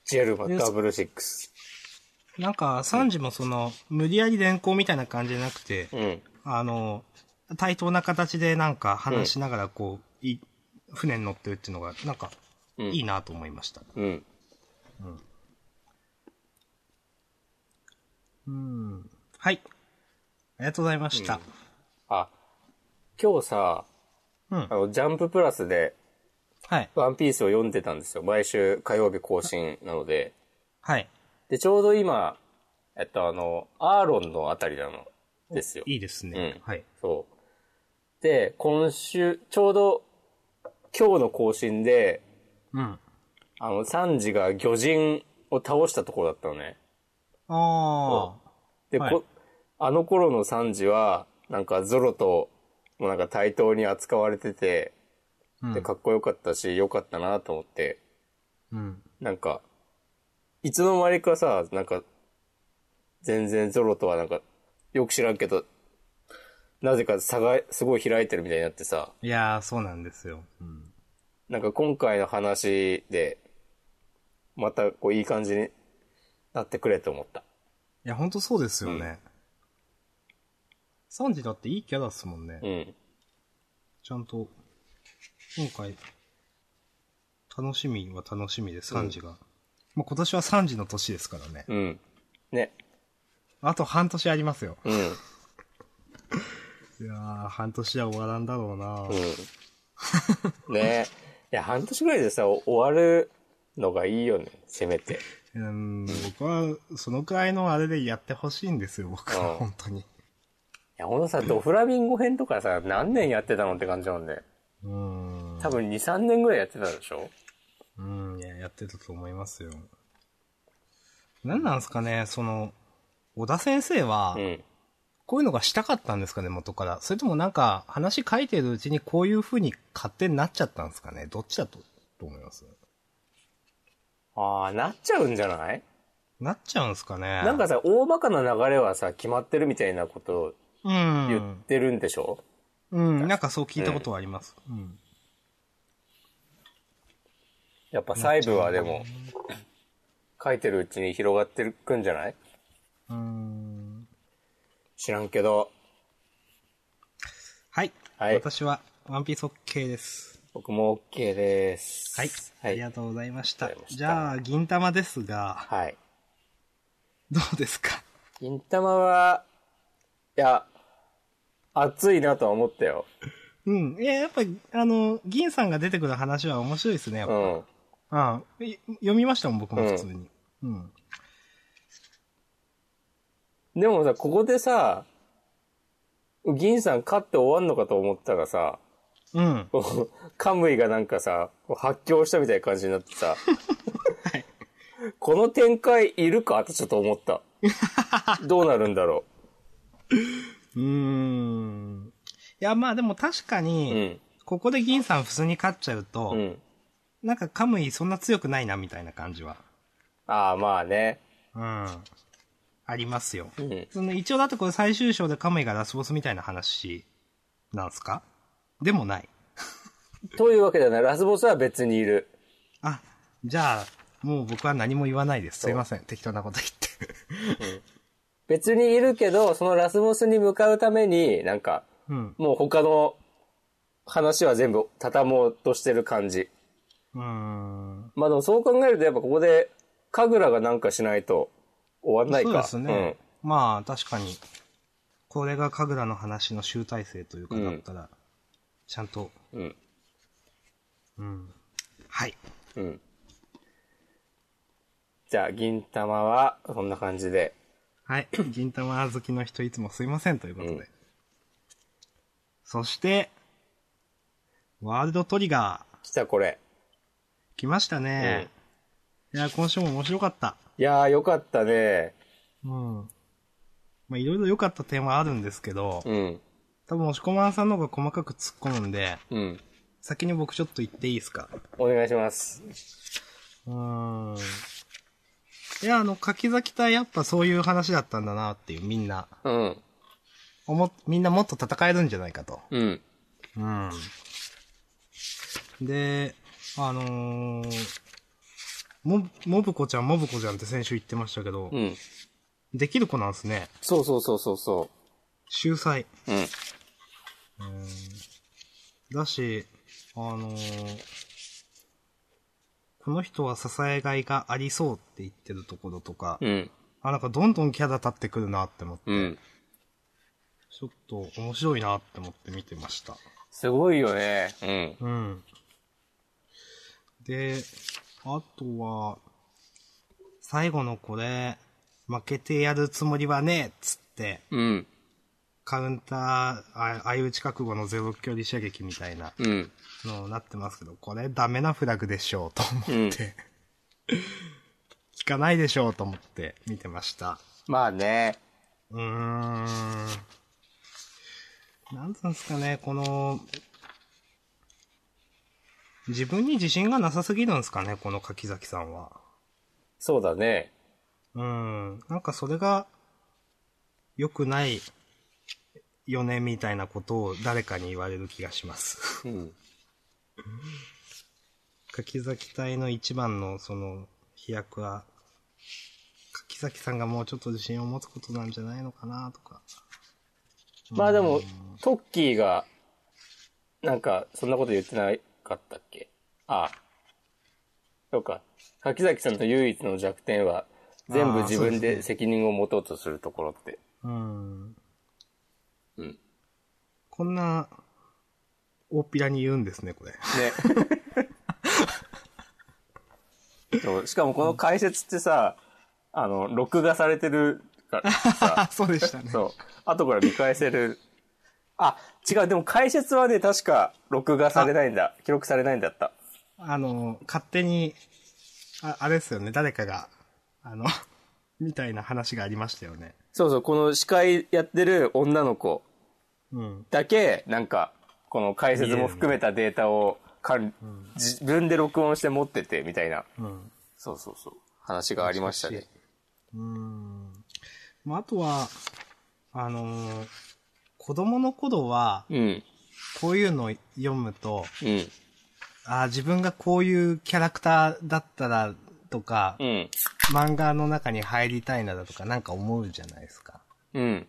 ジェルマダブルシックス。なんか、3時もその、無理やり連行みたいな感じじゃなくて、うん。あの、対等な形でなんか話しながらこう、い船に乗ってるっていうのが、なんか、うんいいなと思いました。うん。うん。はい。ありがとうございました。あ、今日さ、うん。あの、ジャンププラスで、はい。ワンピースを読んでたんですよ。毎週火曜日更新なので。はい。で、ちょうど今、えっと、あの、アーロンのあたりなのですよ。いいですね。うんはい。そう。で、今週、ちょうど、今日の更新で、うん。あの、サンジが魚人を倒したところだったのね。あで、はいこあの頃のサンジは、なんかゾロと、もうなんか対等に扱われてて、あ。うんで、かっこよかったし、良かったなと思って、うん。なんか、いつの間にかさ、なんか、全然ゾロとはなんか、よく知らんけど、なぜか差がすごい開いてるみたいになってさ、いやー、そうなんですよ。うん。なんか今回の話で、またこういい感じになってくれと思った。いや、ほんとそうですよね。サンジだっていいキャラっすもんね。うん。ちゃんと、今回、楽しみは楽しみで、3時が。まあ、今年は3時の年ですからね。うん。ね。あと半年ありますよ。うん。うん。いやー、半年は終わらんだろうな、ねいや、半年ぐらいでさ、お終わるのがいいよね。せめて。うん、僕は、そのくらいのあれでやってほしいんですよ、僕は、うん本当に。いや、ほんとさ、ドフラミンゴ編とかさ、何年やってたのって感じなんで。うーん。多分2、3年ぐらいやってたでしょうん、いや、やってたと思いますよ。なんなんすかね、その、小田先生は、うん。こういうのがしたかったんですかね、元から。それともなんか、話書いてるうちにこういう風に勝手になっちゃったんですかね。どっちだと、と思いますああ、なっちゃうんじゃないなっちゃうんですかね。なんか、さ、大まかな流れはさ、決まってるみたいなことをう言んっ。てるんでしょ、うん、なんかそう聞いたことはあります。うん。やっぱ細部はでも、書いてるうちに広がってくんじゃないうん知らんけど、はい。はい私は、ワンピース OK です。僕も OK です。はい。あはりい。がとうございました。ありがとうございましたじゃあ、銀玉ですが、はい。どうですか銀玉は、いや、熱いなとは思ったよ。うん。いや、やっぱ、あの、銀さんが出てくる話は面白いですね、やっうぱ。ん。ああい読みましたもん、僕も普通に。うん。でもさ、ここでさ、銀さん勝って終わんのかと思ったらさ、 うん。こうカムイがなんかさ、こう発狂したみたいな感じになって さ、この展開いるかってちょっと思 った。どうなるんだろうーん。いや、まあでも確かう。に、うん。ここで銀さん普通に勝っちゃうと、うん。なんかカムイそんな強くないな、みたいな感じは。ああ、まあね。うん。ありますよ。うん。その一応だってこれ最終章でカムイがラスボスみたいな話、なんすかでもない。というわけではない。ラスボスは別にいる。あ、じゃあ、もう僕は何も言わないです。すいません。適当なこと言って。別にいるけど、そのラスボスに向かうために、なんか、うん。もう他の話は全部畳もうとしてる感じ。うーん。まあでもそう考えるとやっぱここで、神楽がなんかしないと終わんないか。そうですね。まあ、確かに、これが神楽の話の集大成というかうんだったら、ちゃんと、うん。うん。うん。はい。うん。じゃあ、銀玉は、こんな感じで。はい。 銀玉好きの人いつもすいませんということで。そして、ワールドトリガー、来た、これ。来ましたね。いや、今週も面白かった。いやー、よかったね。うん。まあ、いろいろ良かった点はあるんですけど、うん。多分、押し込まんさんの方が細かく突っ込むんで、うん。先に僕ちょっと言っていいですかお願いします。うーん。いや、あの、柿崎隊やっぱそういう話だったんだなっていう、みんな。うん。おも、みんなもっと戦えるんじゃないかと。うん。うん。で、あのー、も、もぶこちゃん、もぶこちゃんって先週言ってましたけど、うん。できる子なんですね。そうそうそうそうそ秀才。う。うん。だし、あのーこの人は支えがいがありそうって言ってるところとか、うん。あ、なんかどんどんキャラ立ってくるなって思って、うん。ちょっと面白いなって思って見てました。すごいよね。うん。うん。で、あとは、最後のこれ、負けてやるつもりはねえっつって、うん。カカウンター、あ相打ち覚悟のゼロ距離射撃みたいなうん。のなってますけど、これダメなフラグでしょうと思うって、ん 聞かないでしょうと思って見てました。まあね。うーん。なんつうんですかね、この、自分に自信がなさすぎるんですかね、この柿崎さんは。そうだね。うん。なんかそれが、良くないよね、みたいなことを誰かに言われる気がします。 うん。柿崎隊の一番のその飛躍は、柿崎さんがもうちょっと自信を持つことなんじゃないのかな、とか。まあでも、トッキーが、なんか、そんなこと言ってなかったっけああ。そうか。柿崎さんの唯一の弱点は、全部自分ああそうですでね責任を持とうとするところって。うん。うんこんな、大っぴらに言うんですね、こ れ。 ね。そうしかもこの解説ってさ、あの、録画されてるからさ、そうでしたねそう。後から見返せる。あ、違う。でも解説はね、確か、録画されないんだ。記録されないんだった。 あの、勝手に、ああれですよね、誰かが、あの、 みたいな話がありましたよね。そうそう、この司会やってる女の子うん。だけ、なんか、この解説も含めたデータを管理、自分で録音して持ってて、みたいな。うん。そうそうそう。話がありましたね。うん。まあ、あとは、あのー子供の頃は、うん。こういうのを読むと、うん。あー自分がこういうキャラクターだったら、とか、うん。漫画の中に入りたいなだとかなんか思うじゃないですか。うん。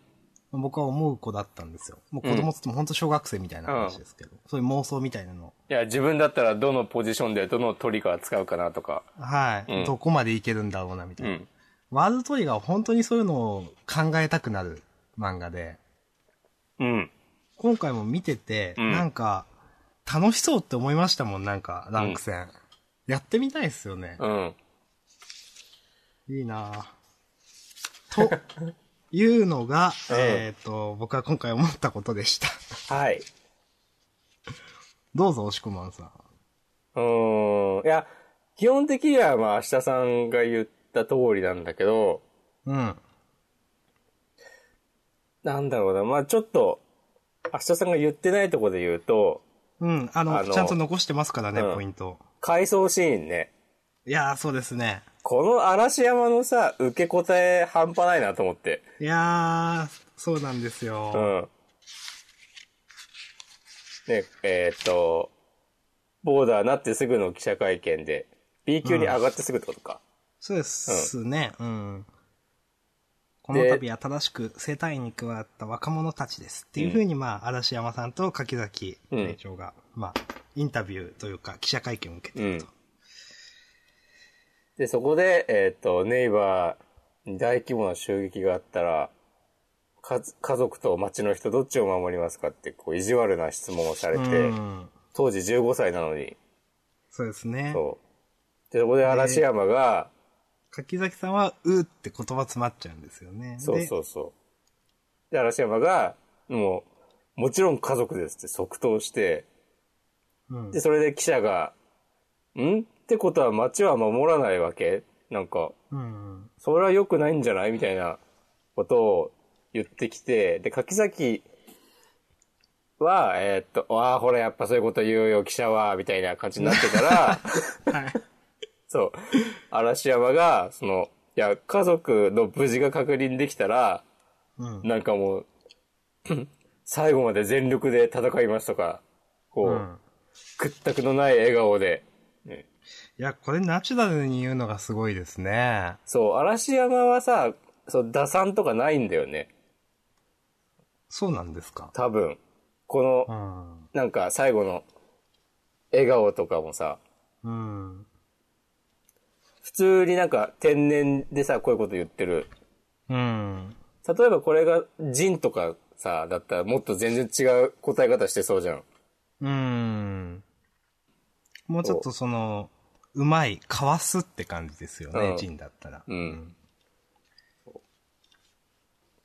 僕は思う子だったんですよ。もう子供っつっても本当小学生みたいな話ですけど、そういう妄想みたいなの。いや、自分だったらどのポジションでどのトリガー使うかなとか。はい、うんどこまでいけるんだろうなみたういな。ん。ワールドトリガーは本当にそういうのを考えたくなる漫画で、うん。今回も見てて、うんなんか、楽しそうって思いましたもん、なんか、ランク戦。やってみたいですよね。うん。いいなぁというのが、えっ、と、僕は今回思ったことでした。はい。どうぞ、押し込まんさん。うーん。いや、基本的には、まあ、明日さんが言った通りなんだけど、うん。なんだろうな、まあ、ちょっと、明日さんが言ってないとこで言うと、うん。あの、あのちゃんと残してますからね、うんポイント。回想シーンね。いやー、そうですね。この嵐山のさ、受け答え半端ないなと思って。いやー、そうなんですうよ。ん。ね、えーっと、ボーダーなってすぐの記者会見で、B 級に上がってすぐってことか。そうですね。うん。こので度新しく生体院に加わった若者たちです。っていうふうに、まあ、嵐山さんと柿崎会長が、まあ、インタビューというか、記者会見を受けてると。で、そこで、えーっと、ネイバーに大規模な襲撃があったら、か家族と町の人どっちを守りますかって、こう、意地悪な質問をされて、うん当時15歳なのに、そうですね。そう。で、そこで嵐山が、柿崎さんは、うーって言葉詰まっちゃうんですよね。そうう。そうそう。で、嵐山が、もう、もちろん家族ですって即答して、うんで、それで記者が、んってことは町は守らないわけなんか、うん。それは良くないんじゃないみたいなことを言ってきて、で、柿崎は、えーっと、ああ、ほら、やっぱそういうこと言うよ、記者は、みたいな感じになってから、 はい。そう。嵐山が、その、いや、家族の無事が確認できたら、うん。なんかもう、 最後まで全力で戦いますとか、こう、うん。屈託のない笑顔で、ねいや、これナチュラルに言うのがすごいですね。そう、嵐山はさ、そう、打算とかないんだよね。そうなんですか。多分。この、うん。なんか最後の笑顔とかもさ、うん。普通になんか天然でさ、こういうこと言ってる。うん。例えばこれが人とかさ、だったらもっと全然違う答え方してそうじゃん。うん。もうちょっとその、うまい、かわすって感じですようねん、ジンだったら。うん。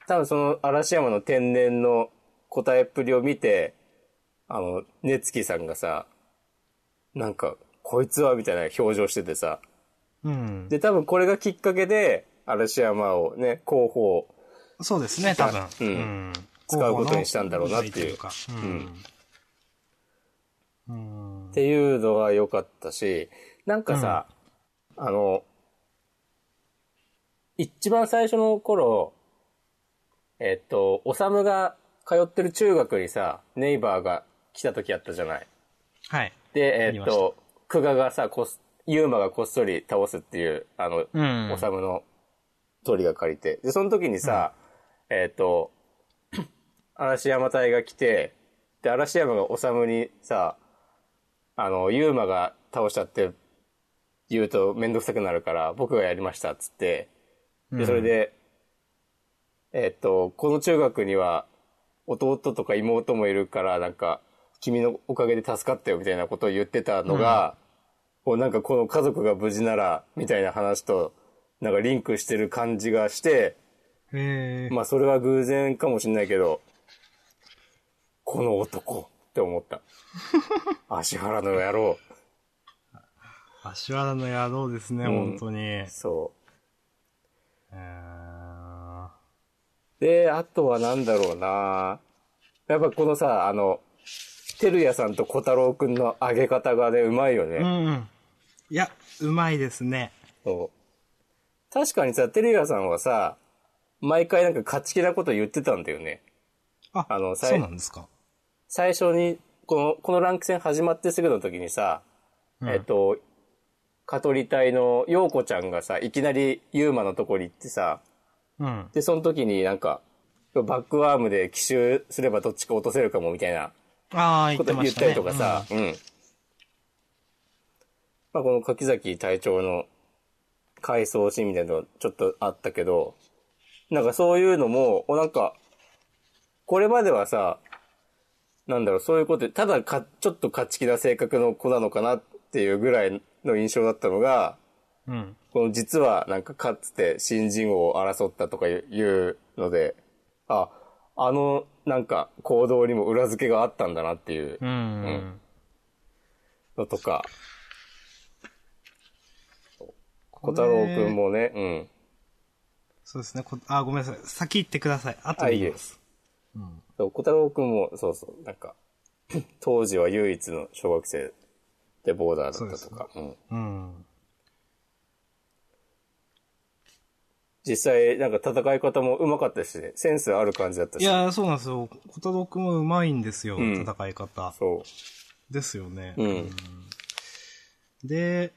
多分その嵐山の天然の答えっぷりを見て、あの、根月さんがさ、なんか、こいつはみたいな表情しててさ。うん。で、多分これがきっかけで、嵐山をね、候補をそうですね、多分。うんん使うことにしたんだろうなっていう候補の意味というか。うん。うんっ。ていうのが良かったし、なんかさ、あの、一番最初の頃、えっと、おさむが通ってる中学にさ、ネイバーが来た時あったじゃない。はい。で、えっありましと、久我がさ、こす、ユーマがこっそり倒すっていう、あの、うんおさむの鳥が借りて。で、その時にさ、えっと、 嵐山隊が来て、で、嵐山がおさむにさ、あの、ユーマが倒したって言うとめんどくさくなるから、僕がやりましたっつって、で、それで、えっと、この中学には弟とか妹もいるから、なんか、君のおかげで助かったよみたいなことを言ってたのが、こうなんかこの家族が無事なら、みたいな話と、なんかリンクしてる感じがして、へえ。まあそれは偶然かもしんないけど、この男って思 った。足原の野郎。足原の野郎ですね、うん本当に。えそう。ーで、あとはなんだろうなやっぱこのさ、あの、てるやさんと小太郎くんの上げ方がね、うまいようね。んうん。いや、うまいですね。そう確かにさ、てるやさんはさ、毎回なんか勝ち気なこと言ってたんだよね。あ、あのさいそうなんですか。最初に、この、このランク戦始まってすぐの時にさ、えっと、カトリ隊の陽子ちゃんがさ、いきなりユーマのとこに行ってさ、うん。で、その時になんか、バックアームで奇襲すればどっちか落とせるかもみたいなああ、言こってとま言っしたたね。りとかさ、うん。まあ、この柿崎隊長の回想シーンみたいなのちょっとあったけど、なんかそういうのも、お、なんか、これまではさ、なんだろう、そういうことで、ただか、ちょっと勝ち気な性格の子なのかなっていうぐらいの印象だったのが、うん。この実はなんかかつて新人王を争ったとかいういうので、あ、あのなんか行動にも裏付けがあったんだなっていううん。んのとか、小太郎くんこれ。もね、うん。そうですね。こあ、ごめんなさい。先行ってください。後あ、でいい言でいます。す。うん。そう小太郎くんも、そうそう、なんか、 当時は唯一の小学生でボーダーだったとか、うん。うん。実際、なんか戦い方も上手かったしね、センスある感じだったいし。やー、そうなんですよ。小太郎くんもうまいんですよ、うん戦い方。そですよね。う。うん。で、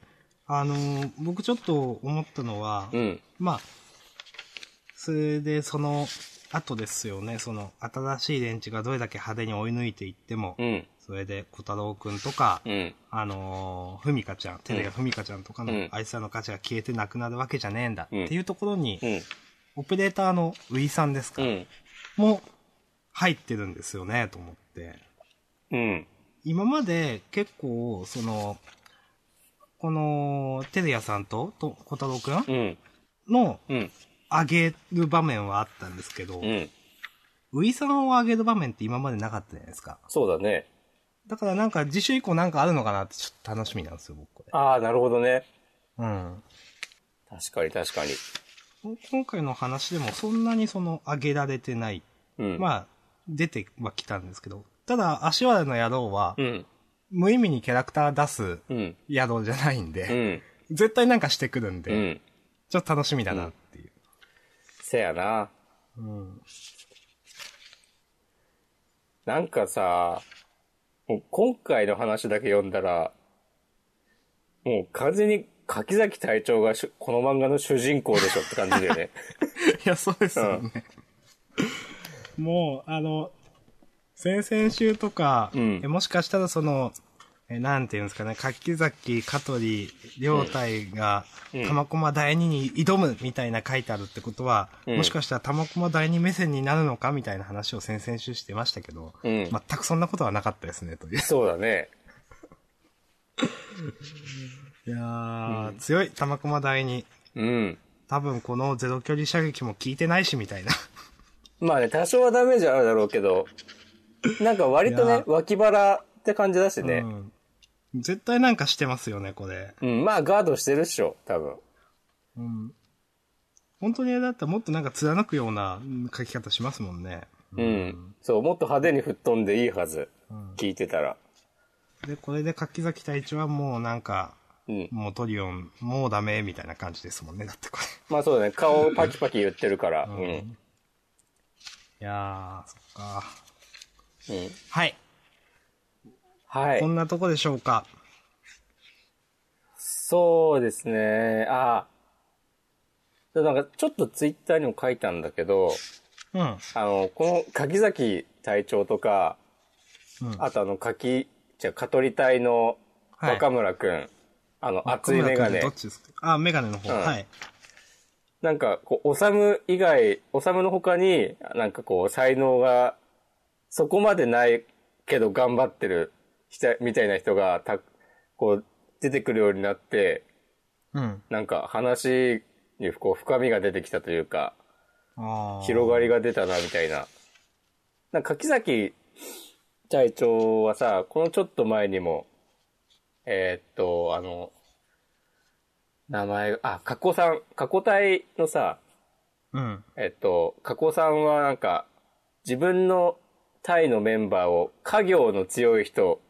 あのー僕ちょっと思ったのは、うん。まあ、それでその後ですよね、その新しい電池がどれだけ派手に追い抜いていっても、うん。それで小太郎くんとか、うん。あのーふみかちゃん、テレやふみかちゃんとかの、うんあいつらの価値が消えてなくなるわけじゃねえんだ、うんっていうところに、うん。オペレーターのウィさんですか、うん。も入ってるんですよね、と思って。うん。今まで結構、その、この、テレヤさんと、と、小太郎くんうん。のうん。上げる場面はあったんですけど、うん。ウイさんを上げる場面って今までなかったじゃないですか。そうだね。だからなんか次週以降なんかあるのかなってちょっと楽しみなんですよ、僕これ。ああ、なるほどね。うん。確かに確かに。今回の話でもそんなにその上げられてない。うん。あ、まあ、出てはきたんですけど、ただ、足原の野郎はう、ん。無意味にキャラクター出すうん。野郎じゃないんうで、ん。絶対なんかしてくるんうで、ん。ちょっと楽しみだなっていう。せやな。うん。なんかさ、もう今回の話だけ読んだら、もう完全に柿崎隊長がしゅこの漫画の主人公でしょって感じだ よね。いや、そうですよね。もう、あの、先々週とか、うんえもしかしたらその、えなんていうんですかね、柿崎、香取、両隊が、うん玉駒第二に挑むみたいな書いてあるってことは、うんもしかしたら玉駒第二目線になるのかみたいな話を先々週してましたけど、うん全くそんなことはなかったですね、という。そうだね。 いやー、強い、玉駒第二。うん。多分このゼロ距離射撃も効いてないし、みたいな。まあね、多少はダメージあるだろうけど、なんか割といねや、脇腹って感じだしね。うん、絶対なんかしてますよね、これ。うん、まあガードしてるっしょ、多分。うん。本当にあれだったらもっとなんか貫くようなうん書き方しますもんね。うん。そう、もっと派手に吹っ飛んでいいはず。うん聞いてたら。で、これで柿崎隊長はもうなんか、うん。もうトリオン、もうダメ、みたいな感じですもんね、だってこまあそうだね。顔をパキパキ言ってるから。うん。れ。うん。いやー、そっか。はい。はこい。んなとこでしょうか。そうですね。ああ。でなんか、ちょっとツイッターにも書いたんだけど、うん。うん。あの、この柿崎隊長とか、あ、あとあの、柿、じゃあ、香取隊のはい若村くん、あの、熱いメガネど。っちですかあ、メガネの方。うんはい。なんか、こう、おさむ以外、おさむの他に、なんかこう、才能が、そこまでないけど頑張ってる人、みたいな人が、た、こう、出てくるようになって、うん。なんか話に、こう、深みが出てきたというか、あー広がりが出たな、みたいな。なんか、柿崎隊長はさ、このちょっと前にも、えーっと、あの、名前が、あ、加古さん、加古隊のさ、うん。えっと、加古さんはなんか、自分のタイのメンバーを家業の強い人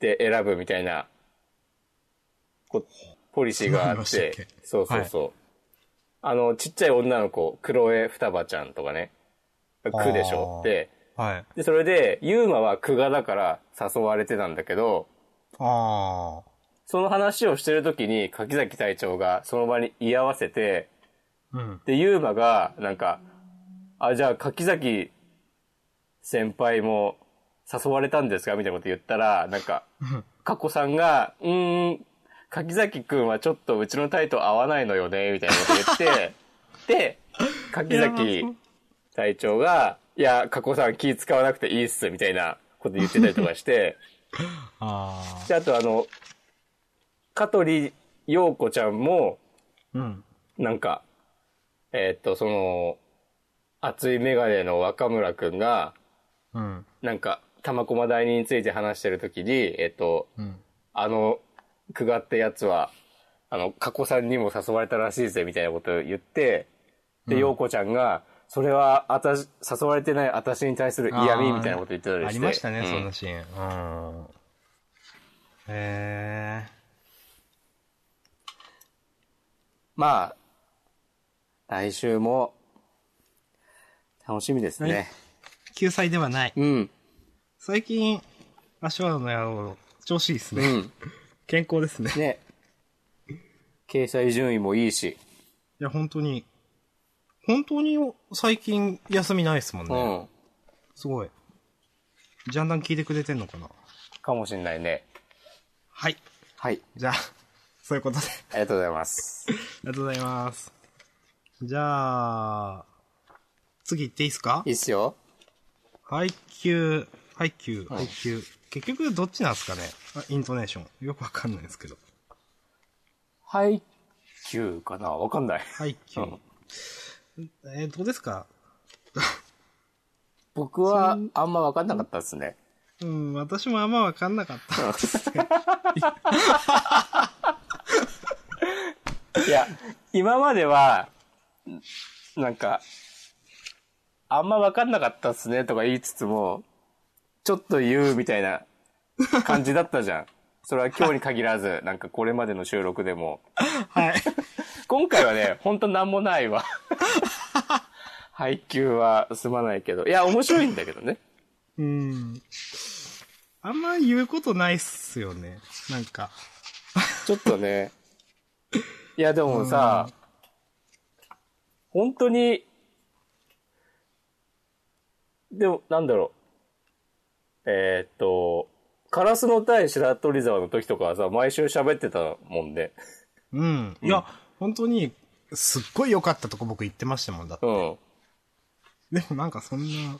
で選ぶみたいな、こポリシーがあっそうなんてでしたっけ、そうそうそう。あの、ちっちゃい女の子、黒江双葉ちゃんとかね、区でしょあーで、はい。で、それで、ユーマは久我だから誘われてたんだけど、あー。その話をしてる時に柿崎隊長がその場に居合わせて、うん。で、ユーマが、なんか、あ、じゃあ、柿崎先輩も誘われたんですかみたいなこと言ったら、なんか、うんかこさんが、うーん、柿崎くんはちょっとうちのタイと合わないのよね、みたいなこと言 って、で、柿いやまあそ崎う隊長が、いや、かこさん気使わなくていいっす、みたいなこと言ってたりとかして、あで、あとあの、香取陽子ちゃんも、あ。うん。なんか、えーっと、その、熱いメガネの若村くんが、うん。なんか、玉駒第二について話してるときに、えーっと、うん。あの、くがってやつは、あの、加古さんにも誘われたらしいぜ、みたいなことを言って、で、陽子ちゃんが、それは、あたし、誘われてない私に対する嫌味、みたいなこと言ってたりして。ありましたね、うんそんなシーン。うん。へえ。まあ、来週も、楽しみですね。救済ではない。うん。最近、足原の野郎、調子いいですうね。ん。健康ですね。いね。掲載順位もいいし。や、本当に、本当に最近休みないですもんうね。ん。すごい。ジャンダン聞いてくれてんのかなかもしんないね。はい。はい。じゃあ、そういうことで。ありがとうございます。ありがとうございます。じゃあ、次行っていいですかいいっすよ。配給、配給、配給。結局どっちなんですかねあイントネーション。よくわかんないですけど。配給かなわかんない。配給。えーどうですか僕はあんま分かんなかったですね。うん、私もあんまわかんなかった。いや、今までは、なんか、あんま分かんなかったっすねとか言いつつも、ちょっと言うみたいな感じだったじ ゃん。それは今日に限らず、なんかこれまでの収録でも。 はい。今回はね、 ほんとなんもないわ。 配給はすまないけど。いや、面白いんだけどね。うん。あんま言うことないっすよね。なんか。ちょっとね。いや、でもさ、本当に、でも、なんだろう。えーっと、カラスの対白鳥沢の時とかはさ、毎週喋ってたもんで。うん。いや、本当に、すっごい良かったとこ僕言ってましたもんだって。うん。でもなんかそんな、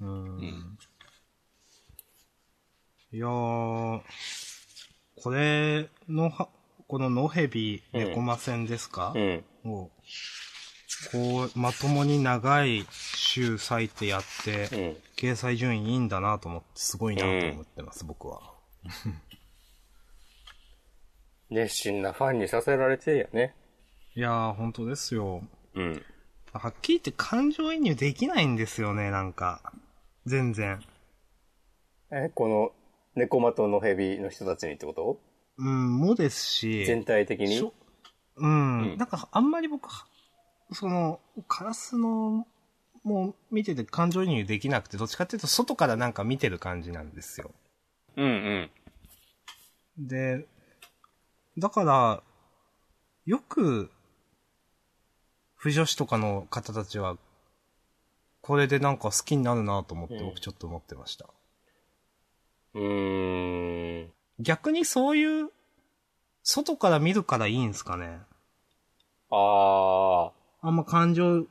うん。いやー、これのは、このノヘビうん猫マ戦ですかう、ん。を、こう、まともに長い週割いてやって、うん。掲載順位いいんだなと思って、すごいなと思ってます、僕は。熱心なファンにさせられてるよね。いやー、本当ですよ。うん。はっきり言って感情移入できないんですよね、なんか。全然。え、この、猫マとのヘビの人たちにってことうん、もですし。全体的しにょ。うん。うんなんか、あんまり僕は、その、カラスの、もう見てて感情移入できなくて、どっちかっていうと外からなんか見てる感じなんですよ。うんうん。で、だから、よく、不女子とかの方たちは、これでなんか好きになるなと思って、うん僕ちょっと思ってました。うーん。逆にそういう、外から見るからいいんすかね。あー。あんま感情、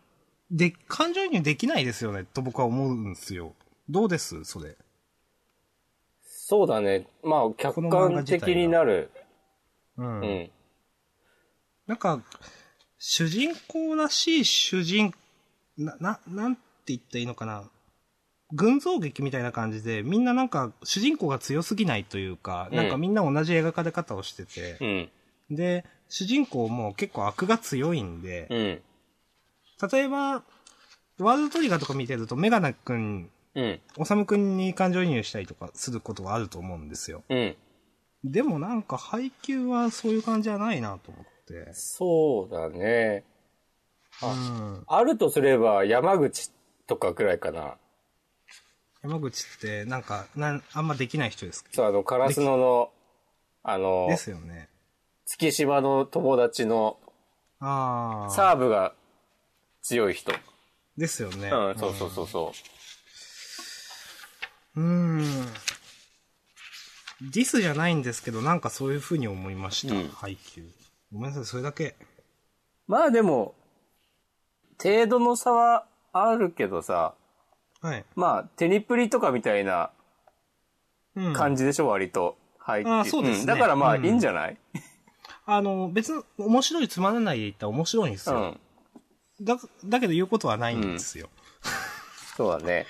で、感情移入できないですよね、と僕は思うんですよ。どうですそれ。そうだね。まあ、客観的になる。うん。うん。なんか、主人公らしい主人、な、な、なんて言ったらいいのかな。群像劇みたいな感じで、みんななんか、主人公が強すぎないというか、うんなんかみんな同じ描かれ方をしててう、ん。で、主人公も結構悪が強いんで、うん。例えば、ワールドトリガーとか見てると、メガナ君、うん。オサム君に感情移入したりとかすることがあると思うんですよ。うん。でもなんか配給はそういう感じじゃないなと思って。そうだね。うん。あるとすれば、山口とかくらいかな。山口ってなんか、なん、あんまできない人ですけそう、あの、カラスノの、あど。ので、すよね。月島の友達のああ。サーブが強い人。ですよね。。うん、そうそうそうそううん。ディスじゃないんですけど、なんかそういう風に思いました。うん配給。ごめんなさい、それだけ。う。まあでも、程度の差はあるけどさ、はい。まあ、テニプリとかみたいなうん。感じでしょ、割と。はい。あーそうですねんだからまあ、うんいいんじゃないあの、別に面白いつまらないで言ったら面白いんですうよ。ん。だ、だけど言うことはないんですよ。そうだね。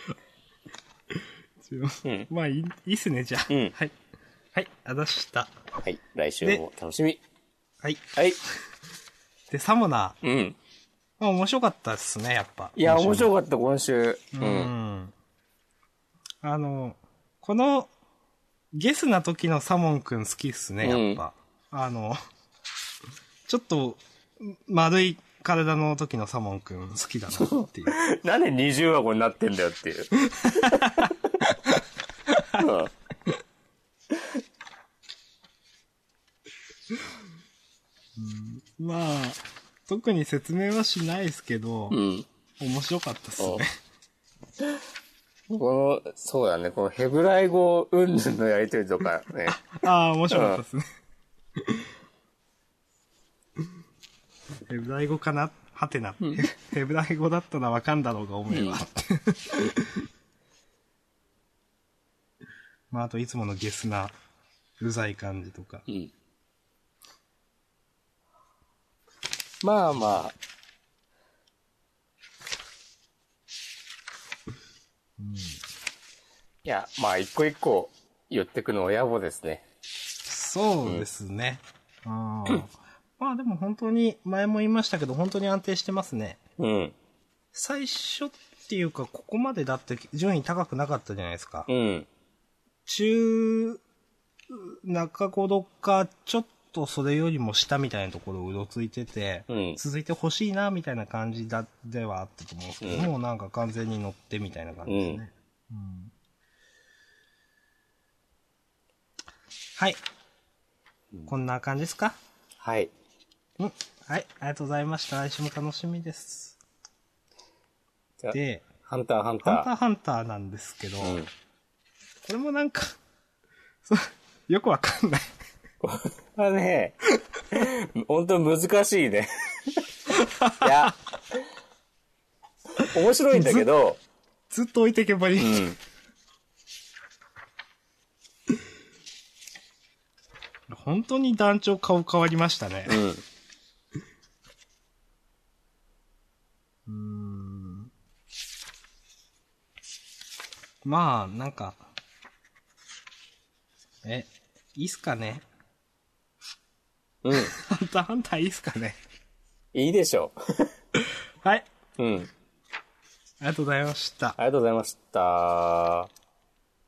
うん。まあいい、いいっすね、じゃあ。うんはい。はい、あざした。はい。来週も楽しみ。はい。はい。で、サモナー。うん。まあ、面白かったですね、やっぱ。いや、面か白かった、今週。う。った。うんん。あの、この、ゲスな時のサモンくん好きっすね、やっぱ。あの、ちょっと、丸い体の時のサモンくん好きだなっていう。 なんで20話になってんだよっていう。うんまあ、特に説明はしないですけど、 うん。面白かったっすね。この、そうだね、このヘブライ語、うんぬんのやりとりとかね。ああ、面白かったですね。ヘブライ語かなはてな。ヘブライ語だったらわかんだろうが、おめえは。まあ、あと、いつものゲスな、うざい感じとか。うん。まあまあ。いや、まあ、一個一個言ってくのは野暮ですね。そうですね。あーまあ、でも本当に、前も言いましたけど、本当に安定してますね。うん。最初っていうか、ここまでだって順位高くなかったじゃないですか。うん。中、中頃か、ちょっとそれよりも下みたいなところをうろついてて、うん続いてほしいな、みたいな感じだ、ではあったと思うんですけど、うんもうなんか完全に乗ってみたいな感じですね。うんうんはい。こんな感じですかはい。うん。はい。ありがとうございました。来週も楽しみです。じゃあで、ハンター、ハンター。ハンターハンターなんですけど、うんこ。れもなんか、そうよくわかんない。まあね、 本当難しいね。いや、面白いんだけど、ずっと置いてけばいい。うん。本当に団長顔変わりましたね。うん。まあ、なんか、え、いいっすかねうん。ハンターハンターいいっすかねいいでしょはい。う。うん。ありがとうございました。ありがとうございました。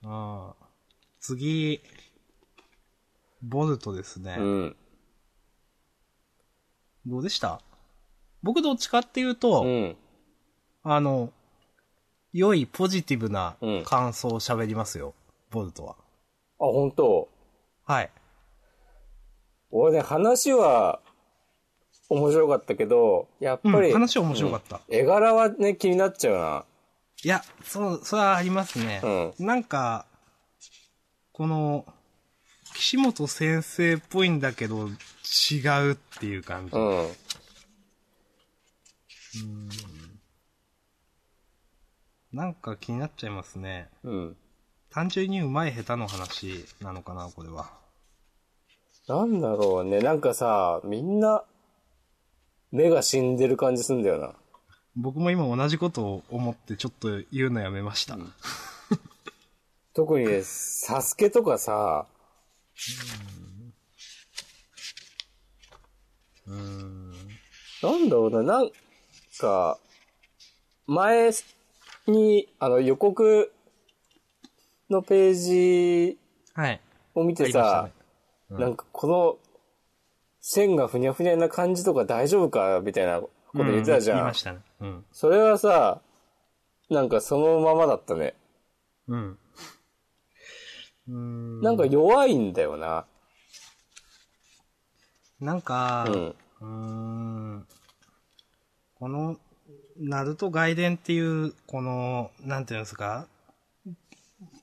あー次、ボルトですね。うん。どうでした僕どっちかっていうと、うん。あの、良いポジティブなうん感想を喋りますよ、ボルトは。あ、本当はい。俺ね、話は面白かったけど、やっぱり。うん話は面白かったうん絵柄はね、気になっちゃうな。いや、そう、それはありますね。うなんか、この、岸本先生っぽいんだけど、違うっていう感じ。うん。なんか気になっちゃいますね。うん。単純に上手い下手の話なのかな、これは。なんだろうね。なんかさ、みんな、目が死んでる感じすんだよな。僕も今同じことを思ってちょっと言うのやめました。特にね、サスケとかさ、なんだろうな、なんか、前に、あの、予告のページはい。を見てあさ、りましたねうんなんかこの、線がふにゃふにゃな感じとか大丈夫かみたいなこと言ってたじうゃ言いんま。したね。うん。それはさ、なんかそのままだったね。うん。うーんなんか弱いんだよな。なんか、うん。うーんこの、ナルト外伝っていう、この、なんていうんですか、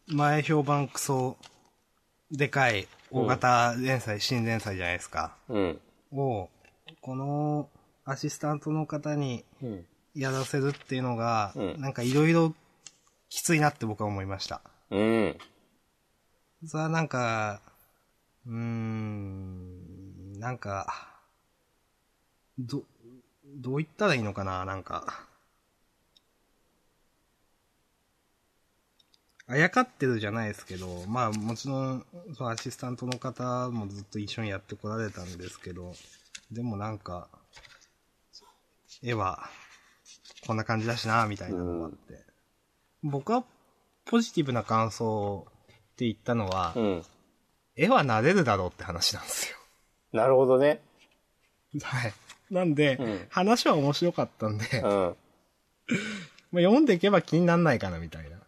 前評判クソ、でかい、大型連載、新連載じゃないですか。うん。を、この、アシスタントの方にうん。やらせるっていうのが、うんなんかいろいろきついなって僕は思いました。うん。それはなんか、うーん、なんか、ど、どう言ったらいいのかな、なんか。あやかってるじゃないですけど、まあもちろん、そのアシスタントの方もずっと一緒にやってこられたんですけど、でもなんか、絵は、こんな感じだしな、みたいなのがあって。僕は、ポジティブな感想って言ったのは、うん。絵は慣れるだろうって話なんですよ。 なるほどね。はい。なんで、うん話は面白かったんで、うん。まあ、読んでいけば気になんないかなみたいな。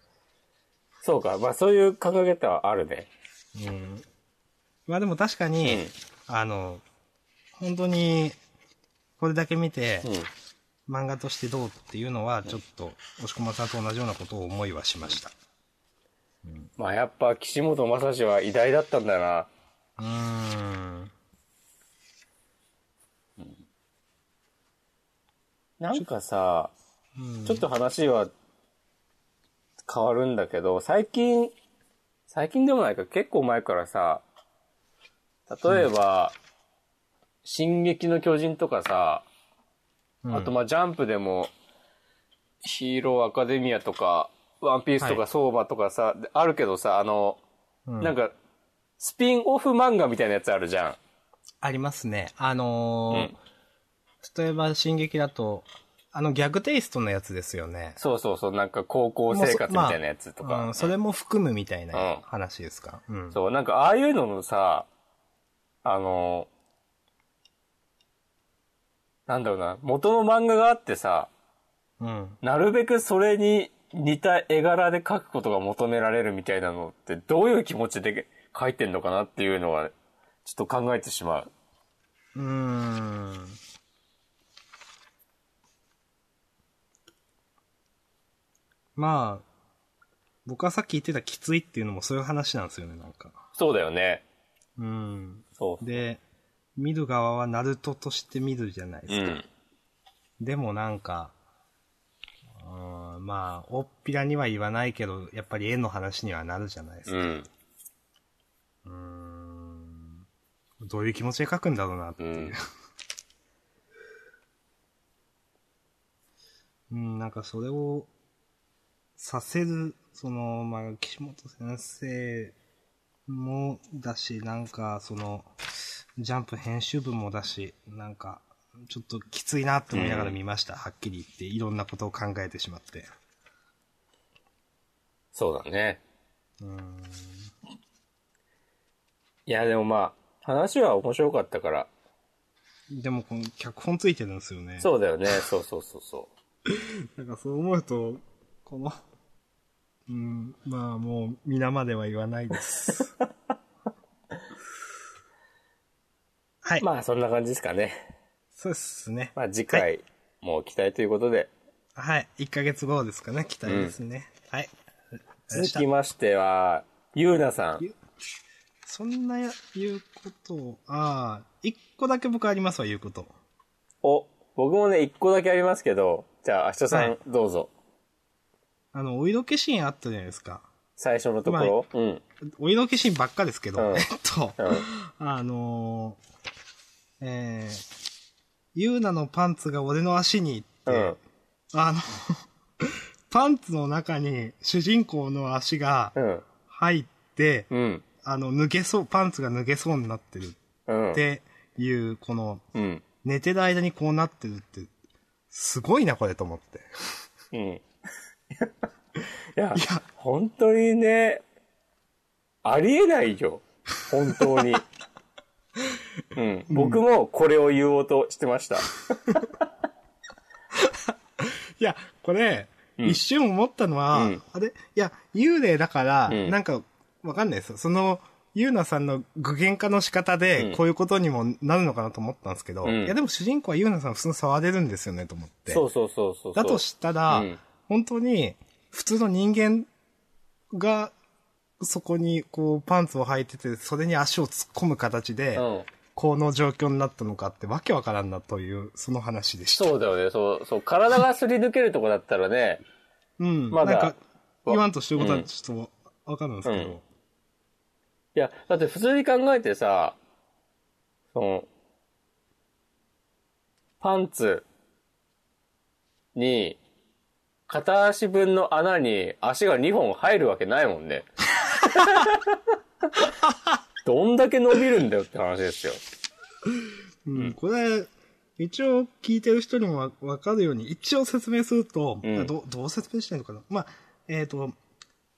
そうか。まあそういう考え方はあるね。うん。まあでも確かに、あの、本当に、これだけ見て、うん。うん。漫画としてどうっていうのは、ちょっと、押し込まさんと同じようなことを思いはしました。まあやっぱ岸本正史は偉大だったんだな。うーん。なんかさ、うんちょっと話は変わるんだけど、最近、最近でもないか、結構前からさ、例えば、進撃の巨人とかさ、うんあとまあジャンプでも、ヒーローアカデミアとか、ワンピースとはか相馬とかさ、であるけどさ、あの、うんなんか、スピンオフ漫画みたいなやつあるじゃん。ありますね。あのーうん例えば、進撃だと、あの、ギャグテイストのやつですよね。そうそうそう、なんか高校生活みたいなやつとか。うん、それも含むみたいうんな話ですか。うん。そう、なんかああいうののさ、あの、なんだろうな、元の漫画があってさ、うん。なるべくそれに似た絵柄で描くことが求められるみたいなのって、どういう気持ちで描いてんのかなっていうのは、ちょっと考えてしまう。うーん。まあ、僕はさっき言ってたきついっていうのもそういう話なんですよね、なんか。そうだよね。うん。そう。で、見る側はナルトとして見るじゃないでうすか。ん。でもなんか、うーんまあ、おっぴらには言わないけど、やっぱり絵の話にはなるじゃないですうか。ん。うーん。どういう気持ちで描くんだろうなってういう。ん。 うん、なんかそれをさせる、その、まあ、岸本先生もだし、なんかその、ジャンプ編集部もだし、なんか、ちょっときついなって思いながら見ました、はっきり言って。いろんなことを考えてしまって。そうだね。うん。いや、でもまあ、話は面白かったから。でも、この脚本ついてるんですよね。そうだよね。そうそうそうそう。なんかそう思うと、この、うん、まあもう皆までは言わな いです。はい。 まあ、そんな感じですかね。そうですね。まあ、次は回も期待ということで、はい。1ヶ月後ですかね。期待ですね。はい。続きましては、ゆうなさん。そんなや、言うことを、ああ、1個だけ僕ありますわ、言うこと。お、僕もね、一個だけありますけど、じゃあ、明日さはんい、どうぞ。あの、お色気シーンあったじゃないですか。最初のところ。うん。お色気シーンばっかですけど、うんえっ と、うん。あのー、えー、ゆうなのパンツが俺の足にって、うん。あの、 パンツの中に主人公の足がうん。入って、うん。あの、抜けそう、パンツが脱げそうになってるうん。っていう、この、うん。 寝てる間にこうなってるって、すごいな、これと思って。うん。いや、本当にね、ありえないよ。本当 に。うん。僕もこれを言おうとしてました。いや、これ、うん一瞬思ったのは、うんあれいや、幽霊だから、うんなんか、わかんないですよ。その、ゆうなさんの具現化の仕方うんで、こういうことにもなるのかなと思ったんですけど、うんいや、でも主人公はゆうなさん普通に触れるんですよね、と思って。そうそうそうそうそう。だとしたら、うん本当に、普通の人間が、そこに、こう、パンツを履いてて、それに足を突っ込む形で、うん。この状況になったのかってわけわからんなという、その話でした。そうだよね。そう、そう。体がすり抜けるとこだったらね、うん。まだなんか、言わんとしてることはちょっとわかるんですけど。いや、だって普通に考えてさ、その、パンツに、片足分の穴に足が2本入るわけないもんね。どんだけ伸びるんだよって話ですよ。うん、これ、一応聞いてる人にもわわかるように、一応説明すると、うんどどう説明してんのかなまあ、えっ、と、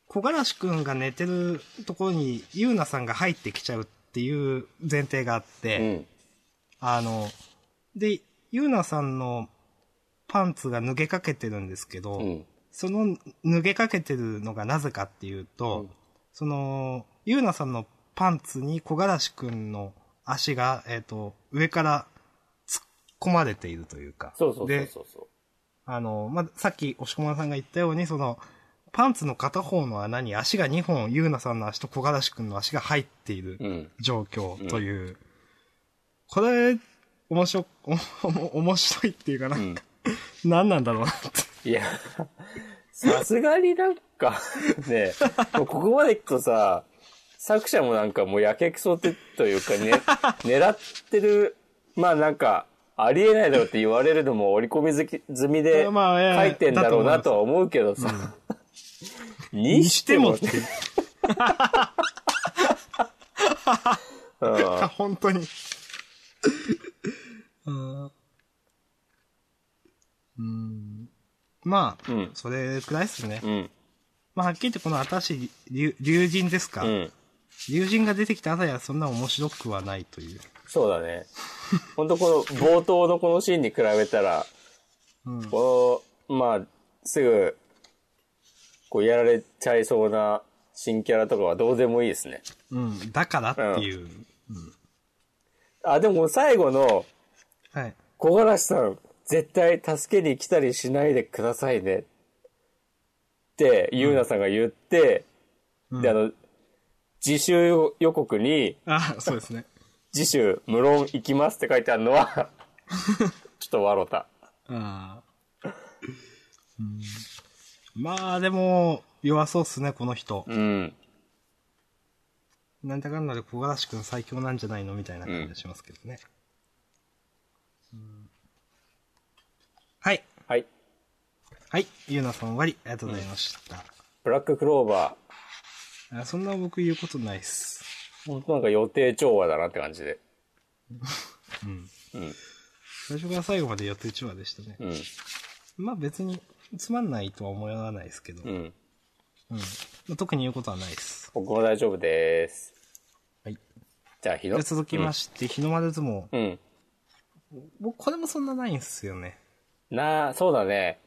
小柄しくんが寝てるところに、ゆうなさんが入ってきちゃうっていう前提があって、うん。あの、で、ゆうなさんのパンツが脱げかけてるんですけど、うん。その脱げかけてるのがなぜかっていうと、うんその、ゆうなさんのパンツに小柄しくんの足が、えっ、と、上から突っ込まれているというか。そうそうそうで、そうそあの、まあ、さっき押し込まさんが言ったように、その、パンツの片方の穴に足が2本、ゆうなさんの足と小柄しくんの足が入っているう。うん。状況という。これ、面白、お も面白いっていうかな、、うんん。何なんだろうなって。いや、さすがになんかね、もうここまで行くとさ、作者もなんかもうやけくそってというかね、狙ってる、まあなんか、ありえないだろうって言われるのも織り込み済き済みでまあええ書いてんだろうなとは思うけどさ、 ににししててももっねて、うん本当 に。うん。うんまあ、うんそれくらいですね。うん。まあ、はっきり言ってこの新しい竜竜神ですか、うん。竜神が出てきた朝やそんな面白くはないという。そうだね。ほんとこの冒頭のこのシーンに比べたら、うん。この、まあ、すぐ、こうやられちゃいそうな新キャラとかはどうでもいいですね。うん。だからっていう。あ、でも最後の、はい。小柄さん、絶対助けに来たりしないでくださいね。って、ゆうなさんが言って、うんで、あの、自習予告に、あ、そうですね。自習無論行きますって書いてあるの は、ちょっと笑った。ああうんまあ、でも、弱そうっすね、この人。うん。なんだかんだで小柄しくん最強なんじゃないのみたいな感じがしますけどね。うんはい。はい。はい。ゆうなさん終わり。ありがとうございました。ブラッククローバあそんな僕言うことないっす。ー、ほんとなんか予定調和だなって感じで。うん。うん。最初から最後までやって1話でしたね。うん。まあ別につまんないとは思わないですけど。う。うんん。まあ、特に言うことはないです。僕も大丈夫です。はい。じゃあ、ひじゃどあ続きましして、日の丸相撲。うん。うん。僕、これもそんなないんすよね。なあ、そうだね。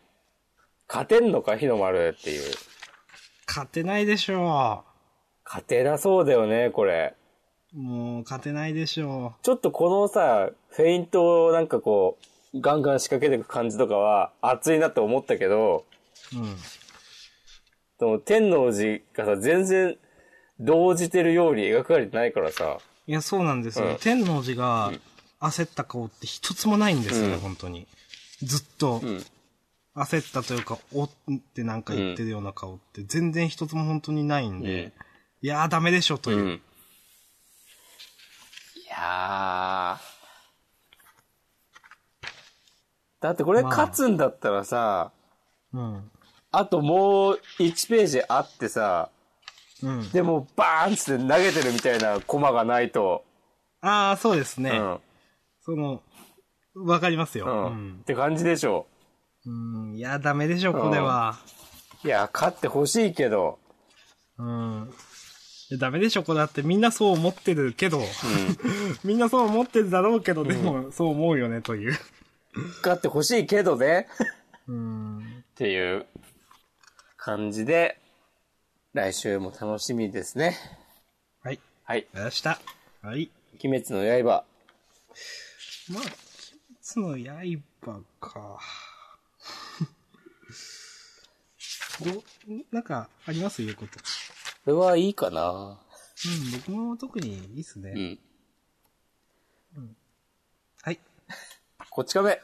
勝てんのか、日の丸っていう。勝てないでしょ勝てなそうだよね、これ。う。もう、勝てないでしょちょっとこのさ、フェイントをなんかこう、ガンガン仕掛けていく感じとかは、熱いなって思ったけど、う。うん。でも天王寺がさ、全然、動じてるように描かれてないからさ、いや、そうなんですよ。うん天王寺が焦った顔って一つもないんですよ、本当に。ずっとうん。焦ったというか、おってなんか言ってるような顔って全然一つも本当にないんで、うんいやーダメでしょという。ん。いやー。だってこれまあ勝つんだったらさ、うん。あ、ともう1ページあってさ、うん。でもバーンっつって投げてるみたいなコマがないと、ああ、そうですね。うん、その、わかりますよ。う、うんんっ。て感じでしょ。うん、いやーダメでしょ、これは。いや、勝ってほしいけど、うん。いやダメでしょ、これだってみんなそう思ってるけど、 みんなそう思ってるだろうけど、でもそう思うよね、という。勝ってほしいけどね、 うん。っていう感じで、来週も楽しみですね。はい。はい。やらした。はい。鬼滅の刃。まあ、鬼滅の刃か。 ど、なんか、あります言うこと。これはいいかなうん、僕も特にいいっすね。うん。はい。こっち亀。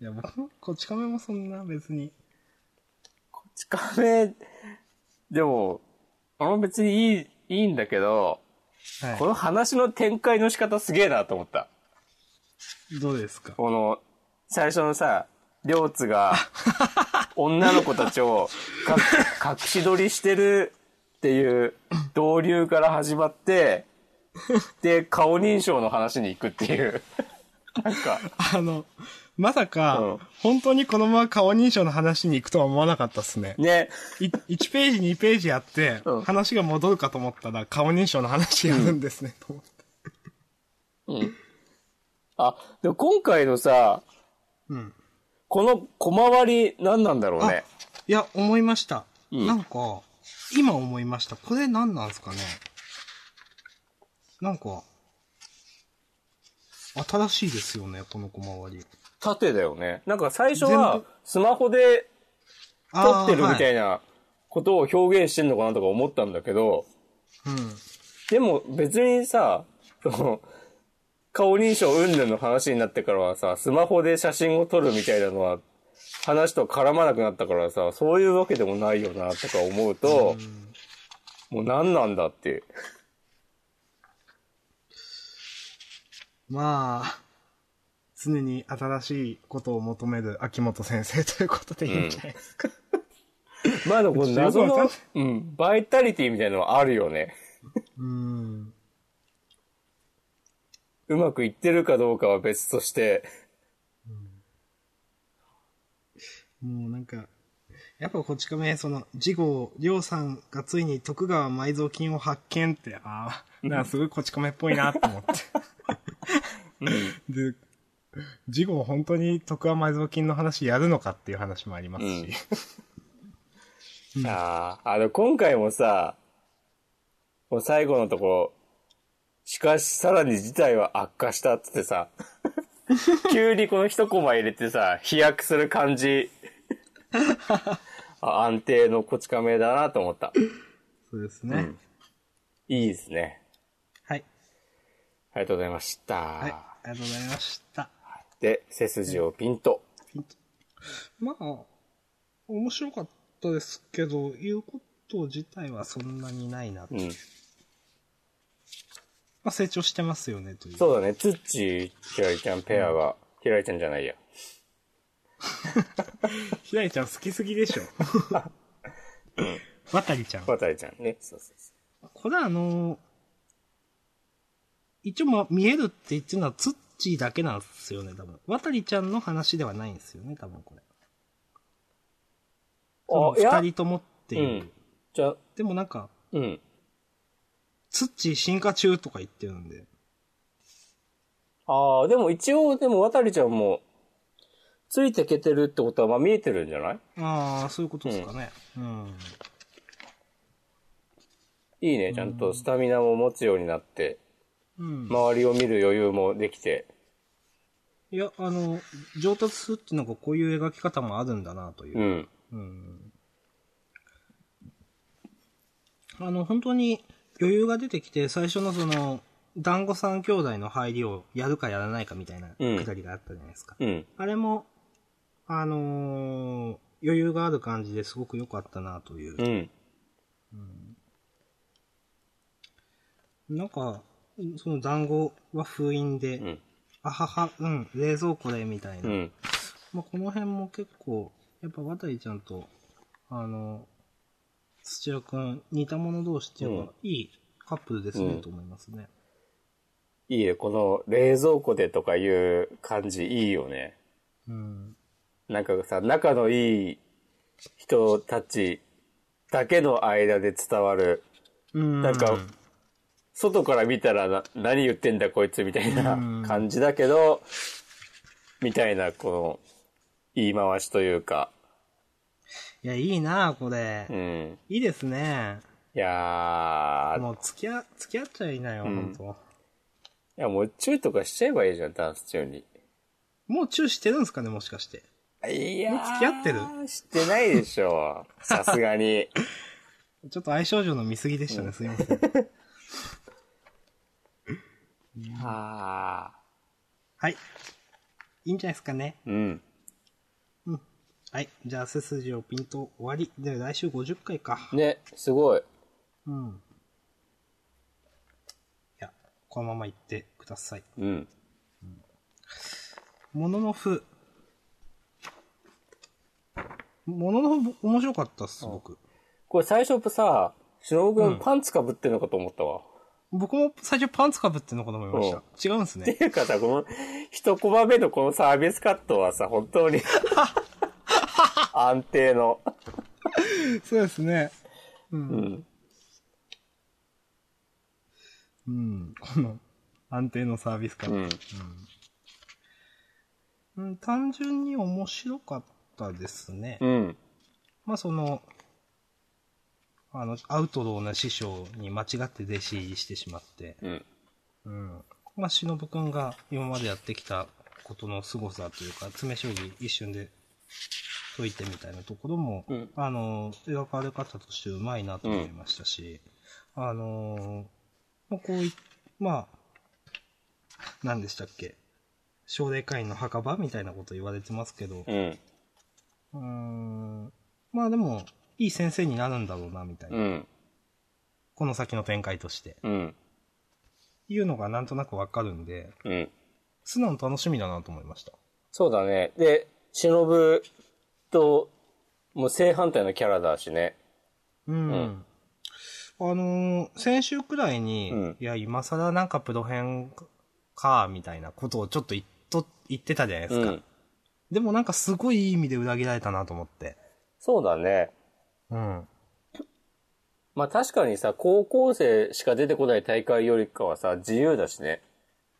いや、僕も、こち亀もそんな別に。こっち亀、でも、俺も別にいい、いいんだけど、はこの話の展開の仕方すげえなと思った。い。どうですかこの、最初のさ、りょうつが、 女の子たちをか隠し撮りしてるっていう導流から始まって、で、顔認証の話に行くって いう。なんか、あの、まさか、うん本当にこのまま顔認証の話に行くとは思わなかったっすね。ね、い1ページ、2ページやって、うん話が戻るかと思ったら、顔認証の話やるんですね、と思って。あ、でも今回のさ、うん。この小回り何なんだろうね。いや、思いました。うんなんか、今思いました。これ何なんですかねなんか、新しいですよね、この小回り。縦だよね。なんか最初全は部スマホで撮ってるみたい。いなことを表現してんのかなとか思ったんだけど、うん。でも別にさ、その、顔認証云々の話になってからはさ、スマホで写真を撮るみたいなのは、話と絡まなくなったからさ、そういうわけでもないよな、とか思うと、もう何なんだっていう。まあ、常に新しいことを求める秋元先生ということでいいんじゃないですか。 まあでもこの謎よくわのか、うん、バイタリティみたいなのはあるよね。うん。うまくいってるかどうかは別として、もうなんか、やっぱこっち亀、その、次号、りょうさんがついに徳川埋蔵金を発見って、ああ、なんかすごいこっち亀っぽいなと思って。 で、次号本当に徳川埋蔵金の話やるのかっていう話もありますし。ああ、あの、今回もさ、もう最後のところ、しかしさらに事態は悪化したっつって さ、急にこの一コマ入れてさ、飛躍する感 じ、あ安定のこち亀だなと思った。そうですね。んいいですね。はい。ありがとうございました。はい。ありがとうございました。で、背筋をピンと。まあ、面白かったですけど、言うこと自体はそんなにないなと。うん。まあ成長してますよね、という。そうだね、ツッチー、ひらりちゃんペアが、ひらりちゃんじゃないや。ひらりちゃん好きすぎで しょ。わたりちゃん。渡りちゃんね。そうそうそこれはあのー一応まあ見えるって言ってるのはツッチーだけなんですよね、多分。わたりちゃんの話ではないんですよね、多分これ。う。その二人ともってういう。ん。じゃあ、でもなんか、うん。ツッチー進化中とか言ってるんで。ああ、でも一応、でも渡りちゃんも、ついてけてるってことは、まあ見えてるんじゃないああ、そういうことですかね。うん。いいね、ちゃんとスタミナも持つようになって、うん。周りを見る余裕もできて。いや、あの、上達するってなんかこういう描き方もあるんだなというう。ん。うん。あの、本当に余裕が出てきて、最初のその、団子三兄弟の入りをやるかやらないかみたいなうんくだりがあったじゃないですか。うん。あれも、あのー余裕がある感じですごく良かったなという。うん。なんか、その団子は封印で、うん。あはは、うん、冷蔵庫でみたいな。うん。まあ、この辺も結構、やっぱ渡りちゃんと、あの、土屋くん、似た者同士っていうのは、うんいいカップルですね、うんと思いますね。いいね、この冷蔵庫でとかいう感じいいよね。うん。なんかさ、仲のいい人たちだけの間で伝わる、うん。なんか外から見たらな何言ってんだこいつみたいなうん感じだけど、みたいなこの言い回しというか、いや、いいなあこれ。うん。いいですね。いやー、いもう、付き合、付き合っちゃいなよ、うんほんと。やもうチューとかしちゃえばいいじゃん、ダンス中に。もうチューしてるんですかね、もしかして。いやーもう付き合ってるしてないでしょ。さすが に。ちょっと相性上の見過ぎでしたね、すいません。あはい。いいんじゃないですかね。ー。うん。はい。じゃあ、背筋をピンと終わり。で、来週50回か。ね、すごい。うん。このまま行ってください。うん。モノノフ。モノノフ面白かったっす、僕。これ最初さ、忍う君んパンツかぶってんのかと思ったわ。僕も最初パンツかぶってんのかと思いました。違うんすってね。いうかさ、この一コマ目のこのサービスカットはさ、本当に安定の。 そうですね。う。うんん。うん。この、安定のサービス感。うん。うん、単純に面白かったですね。うん。まあその、あの、アウトローな師匠に間違って弟子入りしてしまって、うん。うん。まあ、忍くんが今までやってきたことの凄さというか、詰将棋一瞬で解いてみたいなところも、うんあの、描かれ方としてうまいなと思いましたし、あの、まあ、こうい、まあ、何でしたっけ奨励会員の墓場みたいなこと言われてますけど、うん。うーん、まあでも、いい先生になるんだろうな、みたいな。うん。この先の展開として。うん。いうのがなんとなくわかるんで、うん。素直に楽しみだなと思いました。そうだね。で、忍と、もう正反対のキャラだしね。うん。うんあのー先週くらいに、うんいや、今更なんかプロ編か、みたいなことをちょっと言っと、言ってたじゃないでうすか。ん。でもなんかすごいいい意味で裏切られたなと思って。そうだね。うん。まあ確かにさ、高校生しか出てこない大会よりかはさ、自由だしね。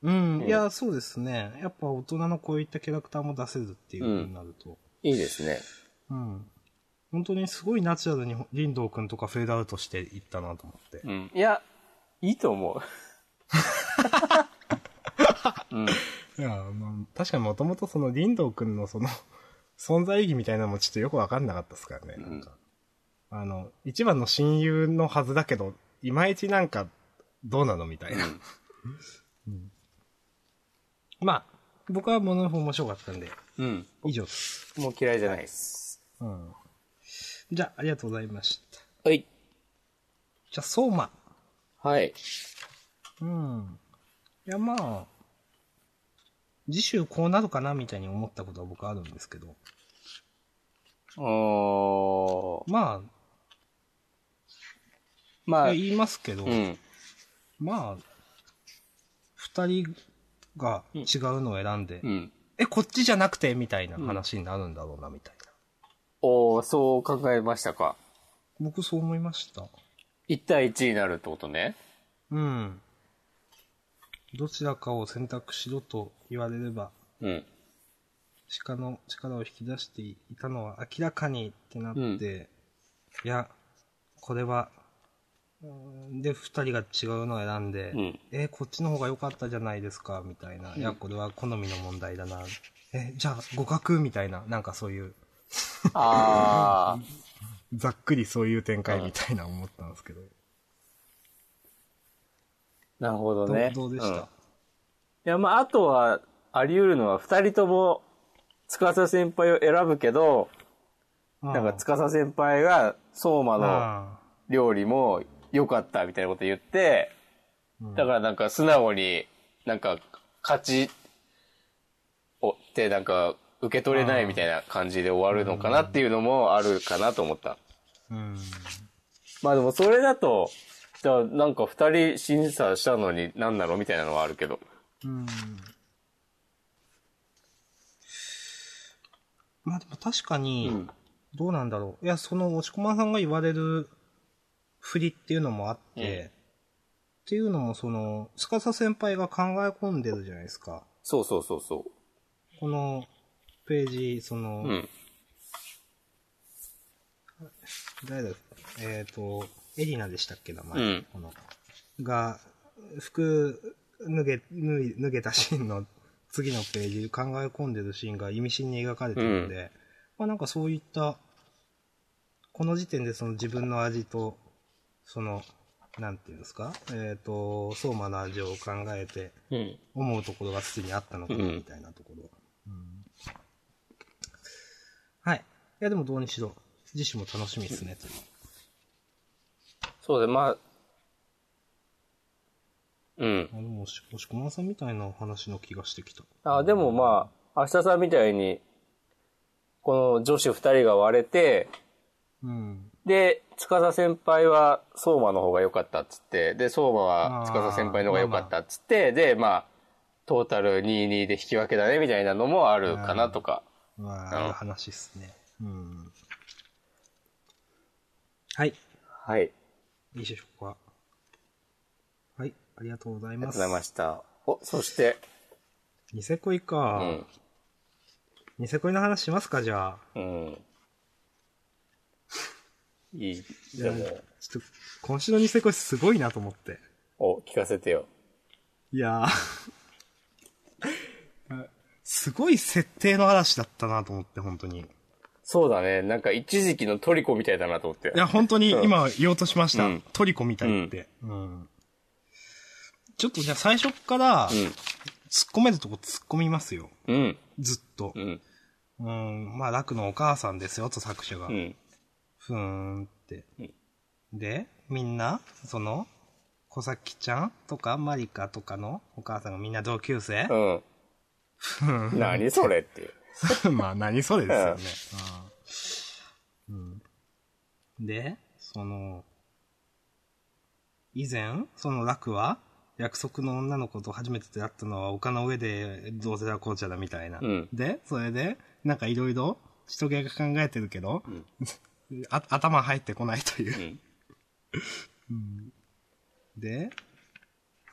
うん。うんいや、そうですね。やっぱ大人のこういったキャラクターも出せるっていう風になると。いいですね。うん。本当にすごいナチュラルに林道くんとかフェードアウトしていったなと思って。うん。いや、いいと思う。うん。いや、まあ、確かにもともとその林道くんの その存在意義みたいなのもちょっとよくわかんなかったですからね。なんか。あの、一番の親友のはずだけど、いまいちなんかどうなのみたいな。 うんまあ、僕は物の方面白かったんで、うん。以上です。もう嫌いじゃないです。うん。じゃあ、ありがとうございました。はい。じゃあ、相馬。はい。うん。いや、まあ、次週こうなるかなみたいに思ったことは僕あるんですけど、おー。まあ、まあ、いや言いますけど、うん。まあ、二人が違うのを選んで、うん。え、こっちじゃなくてみたいな話になるんだろうな、みたいな。おー、そう考えましたか。僕そう思いました。 1対1になるってことね。うん。どちらかを選択しろと言われれば、うん。鹿の力を引き出していたのは明らかにってなって、うんいや、これは、うーんで、二人が違うのを選んで、うんえーこっちの方が良かったじゃないですか、みたいな。いや、これは好みの問題だな。え、じゃあ、互角みたいな、なんかそういう、あ ー。ざっくりそういう展開みたいな思ったんですけど。なるほどどねう。どうでしんたい、や、まあ、あとは、あり得るのは、二人とも、司先輩を選ぶけど、あなんか、ー司先輩が、相馬のあ料理も良かったみたいなこと言って、うんだからなんか、素直に、なんか、勝ち、を、って、なんか、受け取れないみたいな感じで終わるのかなっていうのもあるかなと思った。ー。うん。まあでもそれだと、じゃあなんか二人審査したのに何なのみたいなのはあるけど。うん。まあでも確かに、うんどうなんだろう。いや、その、押し込まさんが言われる振りっていうのもあって、ええっていうのも、その、司先輩が考え込んでるじゃないですか。そうそうそうそこのページ、その、う。うん。誰だえっ、と、エリナでしたっけ、名前。うんこのが、服脱げ、脱い脱げたシーンの次のページ、考え込んでるシーンが意味深に描かれてるんで、まあなんかそういった、この時点でその自分の味と、その、なんていうんですかえっ、と、相馬の味を考えて、うん。思うところがすでにあったのかな、うんみたいなところ。うんはい。いや、でもどうにしろ、自身も楽しみですね、というそうで、まあ、うん。あでも、押し押し込まんさんみたいな話の気がしてきた。あでもまあ、明日さんみたいに、この女子二人が割れて、うん。で、司先輩は相馬の方が良かったっつって、で、相馬はあー司先輩の方が良かったっつって、で、まあ、トータル2-2で引き分けだねみたいなのもあるかなとか。まうんあ、ある話っすね。うん。はい。いはい。いでしょうか。はい。ありがとうござあいりがまとす。うございました。お、そして、ニセ恋うか。ん。ニセ恋の話しますか、じゃあ。うん。いい、いでやも、ちょっと、今週のニセ恋すごいなと思って。お、聞かせてよ。いやー すごい設定の嵐だったなと思って、本当に。いそうだね。なんか一時期のトリコみたいだなと思って。や、本当にうん今言おうとしました。うんトリコみたいって。うんちょっとじゃあ最初っから、突っ込めるとこ突っ込みますよ。うん。うん。ずっとう。ん。うん、まあ、楽のお母さんですよ、と作者が。うん。ふーんってうん。で、みんな、その、小崎ちゃんとか、マリカとかのお母さんがみんな同級生うん。ふーん何それっていう。 まあ、何それですよね。うんうん、で、その、以前、その楽は、約束の女の子と初めて出会ったのは丘の上でどうせだこうちゃだみたいな。うんで、それで、なんかいろいろ、人芸が考えてるけど、 あ頭入ってこないというう。ん。で、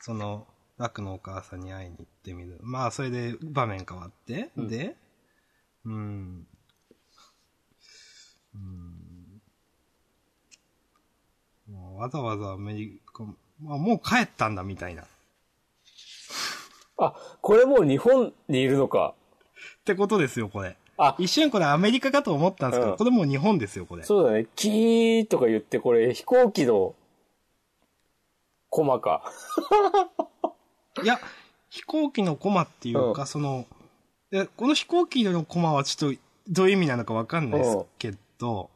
その、楽のお母さんに会いに行ってみる。まあ、それで場面変わって、うんで、うん。うん。もうわざわざアメリカ、まあ、もう帰ったんだみたいな。っあ、これもう日本にいるのか。てことですよ、これ。あ、一瞬これアメリカかと思ったんですけど、うんこれもう日本ですよ、これ。そうだね。キーとか言って、これ飛行機の、コマか。 いや、飛行機のコマっていうか、うその、いやこの飛行機のコマはちょっと、どういう意味なのかわかんないですけど、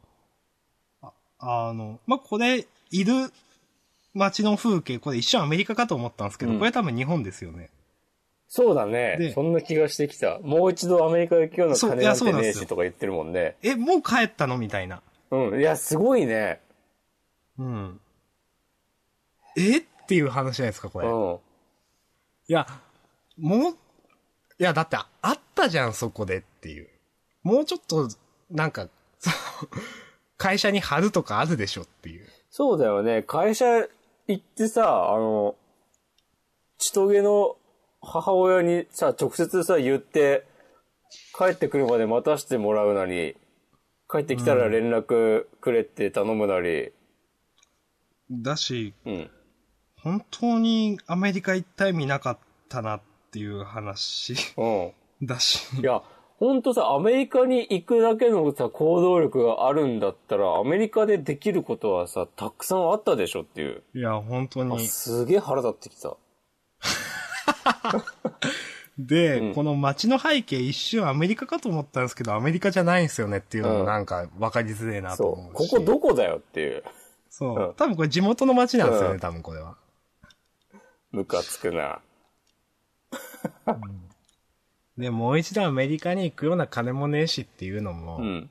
ああの、まあ、これ、いる街の風景、これ一瞬アメリカかと思ったんですけど、うんこれ多分日本ですよね。そうだでね。そんな気がしてきた。もう一度アメリカ行くようなそう金いなやんそうてなんねでえすよしとか言ってるもんね。え、もう帰ったのみたいな。うん。いや、すごいね。うん。えっていう話じゃないですか、こうれ。ん。いや、もう、いや、だって、あったじゃん、そこでっていう。もうちょっと、なんか、 その会社に貼るとかあるでしょっていう。そうだよね。会社行ってさ、あの、ちとげの母親にさ、直接さ、言って、帰ってくるまで待たせてもらうなり、帰ってきたら連絡くれって頼むなり、だし、うん。本当にアメリカ行った意味なかったなっていう話 うん。だし。いや、ほんとさ、アメリカに行くだけのさ、行動力があるんだったら、アメリカでできることはさ、たくさんあったでしょっていう。いや、本当あに。すげえ腹立ってきた。で、うんこの街の背景一瞬アメリカかと思ったんですけど、アメリカじゃないんですよねっていうのうもんなんか分かりづれえなとそ思う。うこしこどこだよっていう。。そううん多分これ地元の街なんですようんね、多分これは。ムカつくな。で、もう一度アメリカに行くような金もねえしっていうのも、うん。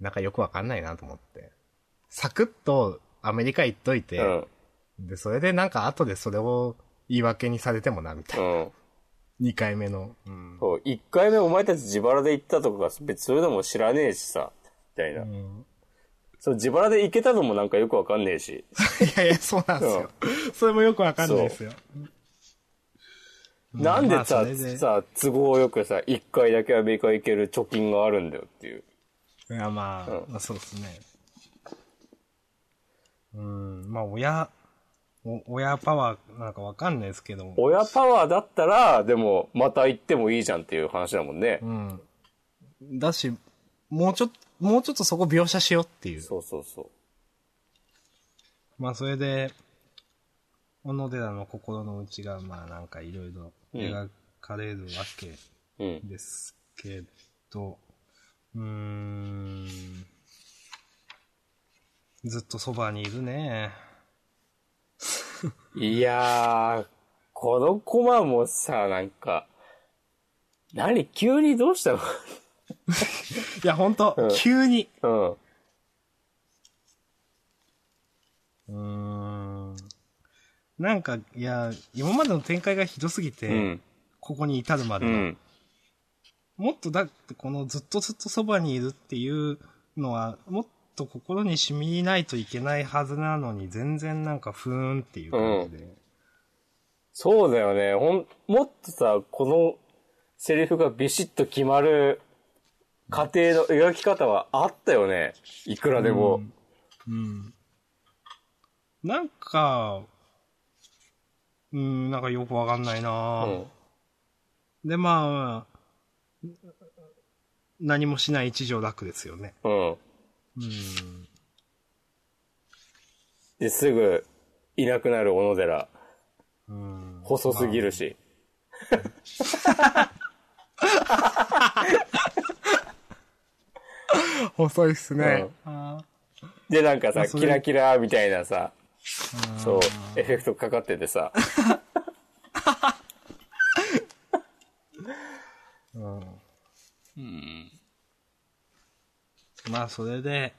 なんかよくわかんないなと思って。サクッとアメリカ行っといて、うん。で、それでなんか後でそれを言い訳にされてもな、みたいな。うん。 2回目の。うん。 そう、一回目お前たち自腹で行ったとか、別にそういうのも知らねえしさ、みたいな。うんそう、自腹で行けたのもなんかよくわかんねえし。いやいや、そうなんですよ。それもよくわかんないですよ。うなんでさ、まあそれでさ、都合よくさ、一回だけアメリカ行ける貯金があるんだよっていう。いや、まあ、うんまあそうですね。うん、まあ、親、お親パワーなんかわかんないですけど、親パワーだったら、でも、また行ってもいいじゃんっていう話だもんね。うん。だし、もうちょっと、もうちょっとそこ描写しようっていう。そうそうそまあ、それで、小野寺の心の内が、まあ、なんかいろいろ描かれるわけ。う。うん。ですけど、うーん。ずっとそばにいるね。いやー、このコマもさ、なんか、何急にどうしたいや、ほんとうん、急に。の うん。うーん。なんか、いや、今までの展開がひどすぎて、うん。ここに至るまでうが、ん。もっとだってこのずっとずっとそばにいるっていうのは、もっと心に染みないといけないはずなのに、全然なんかふーんっていう感じで。そうだよね。ほん、もっとさ、このセリフがビシッと決まる過程の描き方はあったよね。いくらでも。うん。うん。なんか、うん、なんかよくわかんないなうぁ、ん。で、まあ、何もしない一条楽ですよね。うん。うん。で、すぐ、いなくなる小野寺。うん細すぎるし。細いっすね。で、なんかまさ、あそキれラキラみたいなさ、んそう、エフェクトかかっててさ。うんうん。まあ、それで、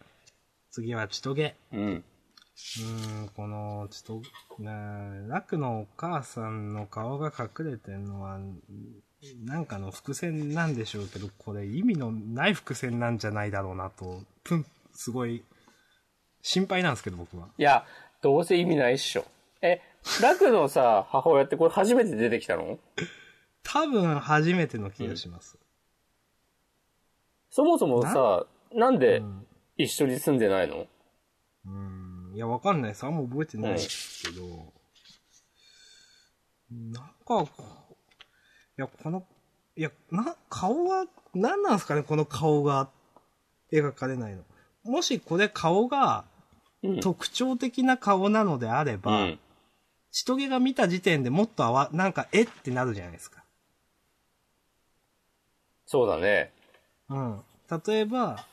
次は千棘。うん。うん、この、千棘、ね、楽のお母さんの顔が隠れてるのは、なんかの伏線なんでしょうけど、これ意味のない伏線なんじゃないだろうなと、プン、すごい、心配なんですけど、僕は。いや、どうせ意味ないっしょ。え、ラクのさ、母親ってこれ初めて出てきたの多分、初めての気がします。そもそもさ、なんうでん。一緒に住んでないのうん、いや、わかんないです。あんま覚えてないですけど、なんか、こいや、この、いや、な、顔は、なんなんですかね、この顔が、描かれないの。もしこれ顔がうん。特徴的な顔なのであれうば、ん。しとげが見た時点でもっとあわ、なんか、えってなるじゃないですか。そうだね。うん。例えば、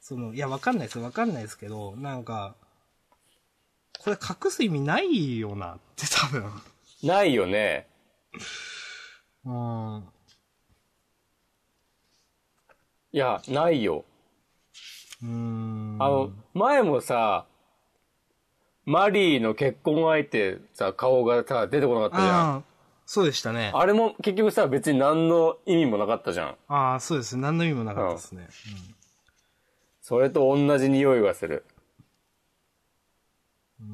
その、いや、わかんないですわかんないですけど、なんか、これ隠す意味ないよなって多分。ないよね。うん。いや、ないよ。うーんあの、、前もさ、マリーの結婚相手さ、顔がさ、出てこなかったじゃん。ああ、そうでしたね。あれも結局さ、別に何の意味もなかったじゃん。ああ、そうです。何の意味もなかったですね。それと同じ匂いがする。うん。う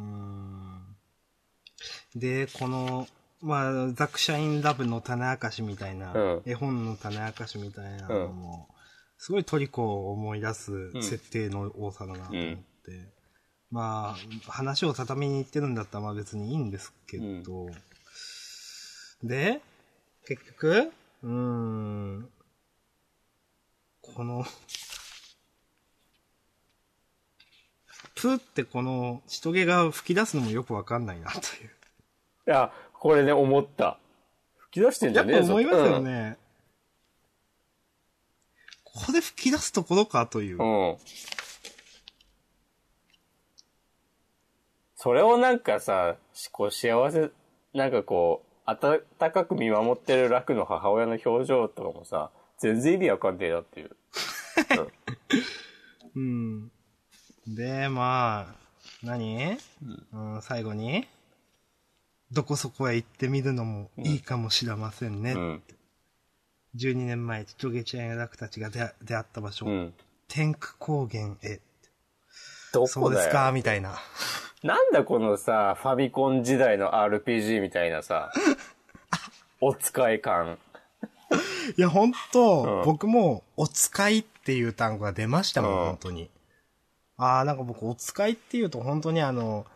ーんで、この、まあ、ザクシャインラブの種明かしみたいな、うん絵本の種明かしみたいなのも、すごいトリコを思い出す設定の多さだなと思って、まあ、話を畳みに行ってるんだったらまあ別にいいんですけど、で、結局、うーん、この、プーってこの、血とげが吹き出すのもよくわかんないなという。いや、これね、思った。吹き出してんじやゃっねえぱぞ思いますようんね。ここで吹き出すところかという。うん。それをなんかさ、しこう幸せ、なんかこう、温かく見守ってる楽の母親の表情とかもさ、全然意味わかんねえなっていう。うん。で、まあ、何、うん、最後に、どこそこへ行ってみるのもいいかもしれませんね。うん。 12年前、チョゲチェンラクたちが出会出会った場所、うん。天空高原へ。どそこうでだすよ。かみたいな。なんだこのさ、ファミコン時代の RPG みたいな さ、お使い感。いや、ほんと、うん僕も、お使いっていう単語が出ましたもん、うん本当に。あー、なんか僕、お使いっていうと、本当にあの、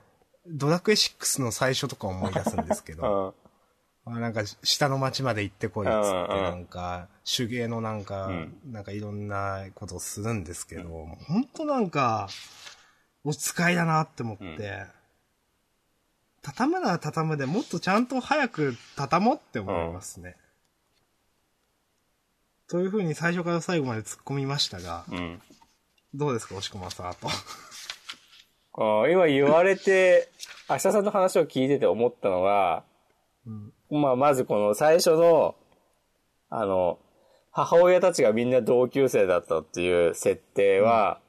ドラクエ6の最初とか思い出すんです けうど、ん。あーなんか、下の町まで行ってこいっつって、うんうんなんか、手芸のなんか、うんなんかいろんなことをするんですけど、ほんとなんか、お使いだなって思って、うん畳むなら畳むでもっとちゃんと早く畳もうって思いますね。というふうに最初から最後まで突っ込みましたが、うん。どうですか、押し込まさんと。 あー今言われて、明日さんの話を聞いてて思ったのが、うんまあ、まずこの最初の、あの、母親たちがみんな同級生だったっていう設定は、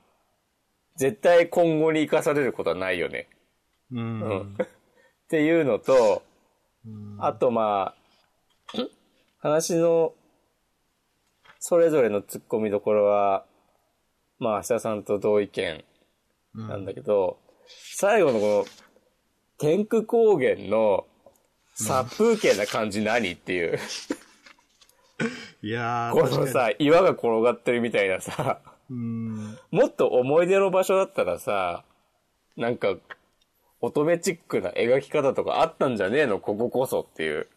絶対今後に生かされることはないよね。うん。うんっていうのと、あとまあ、ん話の、それぞれの突っ込みどころは、まあ、明日さんと同意見なんだけど、最後のこの、天空高原の殺風景な感じ何っていう、いやー、こ確のかにさ、岩が転がってるみたいなさ、うん。もっと思い出の場所だったらさ、なんか、乙女チックな描き方とかあったんじゃねえのこここそっていう。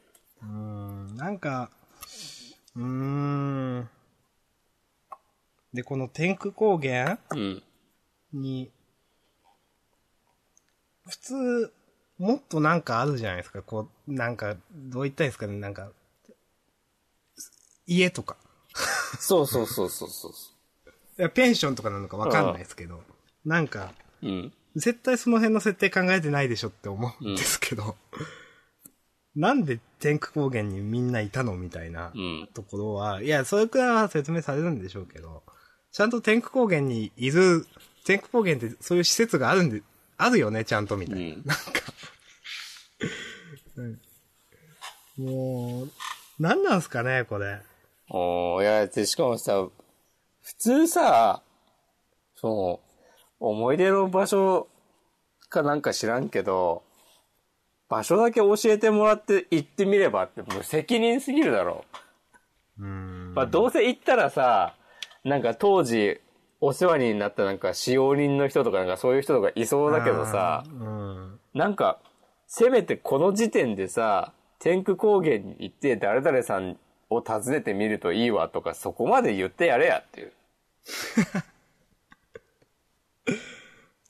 うんなんか、うーん。で、この天空高原うん。に、普通、もっとなんかあるじゃないですか。こう、なんか、どう言ったらいいですかね、なんか、家とか。そうそうそうそうそうそいや、ペンションとかなのかわかんないですけど、なんか、う。うん。絶対その辺の設定考えてないでしょって思うんですけど、なんで天空高原にみんないたのみたいなうん。ところは、いや、それくらいは説明されるんでしょうけど、ちゃんと天空高原にいる、天空高原ってそういう施設があるんで、あるよね、ちゃんとみたういな。ん。もう、なんなんすかね、これ。おー、いや、で、しかもさ、普通さ、そう、思い出の場所かなんか知らんけど、場所だけ教えてもらって行ってみればって、もう責任すぎるだろ。うーん。まあ、どうせ行ったらさ、なんか当時、お世話になったなんか使用人の人とかなんかそういう人とかいそうだけどさあ、ーうん。なんか、せめてこの時点でさ、天空高原に行って誰々さんを訪ねてみるといいわとか、そこまで言ってやれやっていう。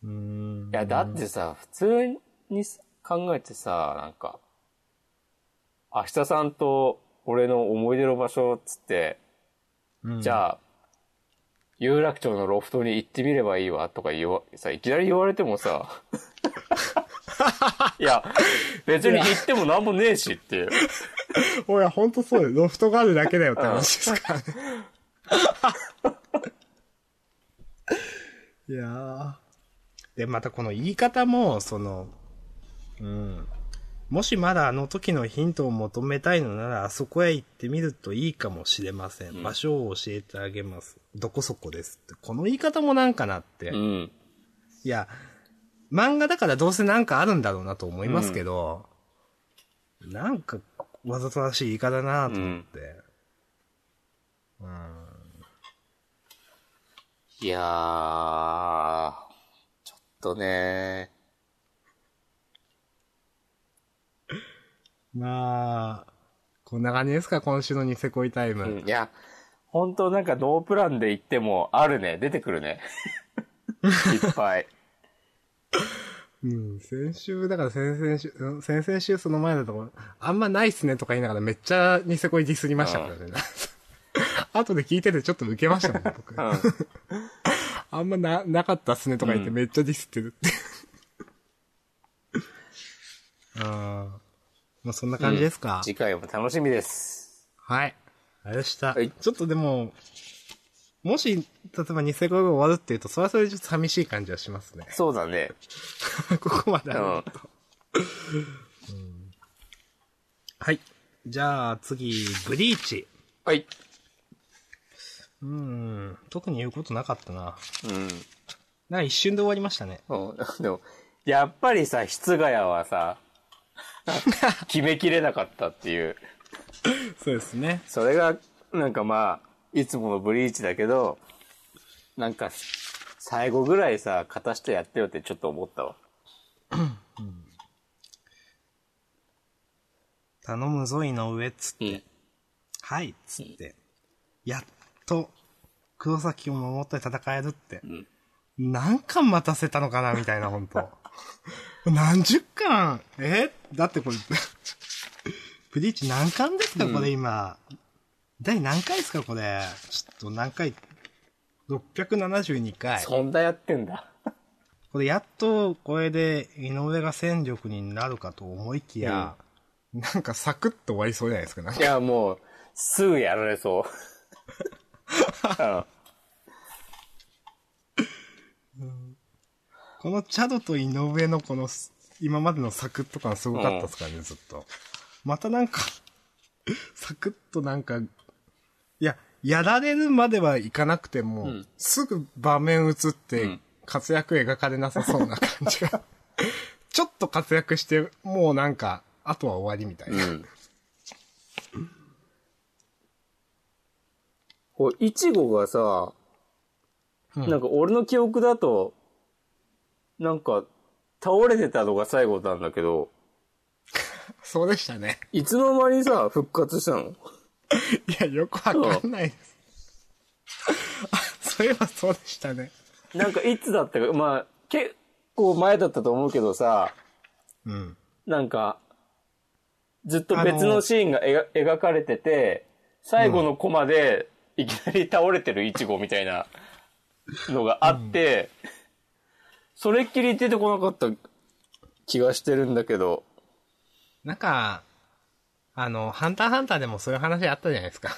うーんいや、だってさ、普通に考えてさ、なんか、明日さんと俺の思い出の場所っつって、うんじゃあ、有楽町のロフトに行ってみればいいわとか言わ、さ、いきなり言われてもさ、いや、別に行ってもなんもねえしっていう。 ほら、ほんとそうよ。ロフトがあるだけだよって話ですからね。 いやー。で、またこの言い方も、その、うん。もしまだあの時のヒントを求めたいのなら、あそこへ行ってみるといいかもしれません。場所を教えてあげます。どこそこですって。この言い方もなんかなって。うん。いや、漫画だからどうせなんかあるんだろうなと思いますけど、なんかわざとらしい言い方だなと思って。うん。いやー、ちょっとねまあ、こんな感じですか、今週のニセ恋タイム。うん、いや、本当なんかノープランで行っても、あるね、出てくる ね。いっぱい。うん、先週、だから先々週、うん先々週その前だと、あんまないっすねとか言いながらめっちゃニセ恋ディスりましたからね。 後で聞いててちょっと受けましたもん、 う僕。ん。あんまな、なかったっすねとか言ってうんめっちゃディスってるって。 ああ。まあそんな感じですか。次回も楽しみです。はい。あれでした、はいちょっとでも、もし、例えばニセコが終わるっていうと、それはそれでちょっと寂しい感じはしますね。 そうだね。ここまでうある、ん。はい。じゃあ次、ブリーチ。はい。うーん。特に言うことなかったな。うん。なんか一瞬で終わりましたね。うんでも、やっぱりさ、室ヶ谷は さ、決めきれなかったっていう。そうですね。それが、なんかまあ、いつものブリーチだけど、なんか、最後ぐらいさ、勝たしてやってよってちょっと思ったわ。頼むぞ、井上っつって。うんはい、っつって。やっと、黒崎を守って戦えるって。ん何巻待たせたのかな、みたいな、本当 何十巻えだってこれ、 ブリーチ何巻ですか、これ今。第何回ですか、これ。ちょっと何回 ?672 回。そんなやってんだ。これやっと、これで井上が戦力になるかと思いきや、なんかサクッと終わりそうじゃないですか。なんいかや、もう、すぐやられそう。うんこのチャドと井上のこのす、今までのサクッと感すごかったですからね、ずっと。またなんか、 サクッとなんか、いや、やられるまではいかなくても、うんすぐ場面移っうてん、活躍描かれなさそうな感じが。 ちょっと活躍して、もうなんか、あとは終わりみたいな。 うん。こう、いちごがさ、うんなんか俺の記憶だと、なんか、倒れてたのが最後なんだけど、そうでしたね。いつの間にさ、復活したのいや、よくわかんないです。 あ、そういえばそうでしたね。なんかいつだったか、まあ、結構前だったと思うけどさ、うん。なんか、ずっと別のシーンが描描かれてて、最後のコマで、いきなり倒れてるイチゴみたいなのがあって、それっきり出てこなかった気がしてるんだけど、なんか、あの、ハンターハンターでもそういう話あったじゃない ですか。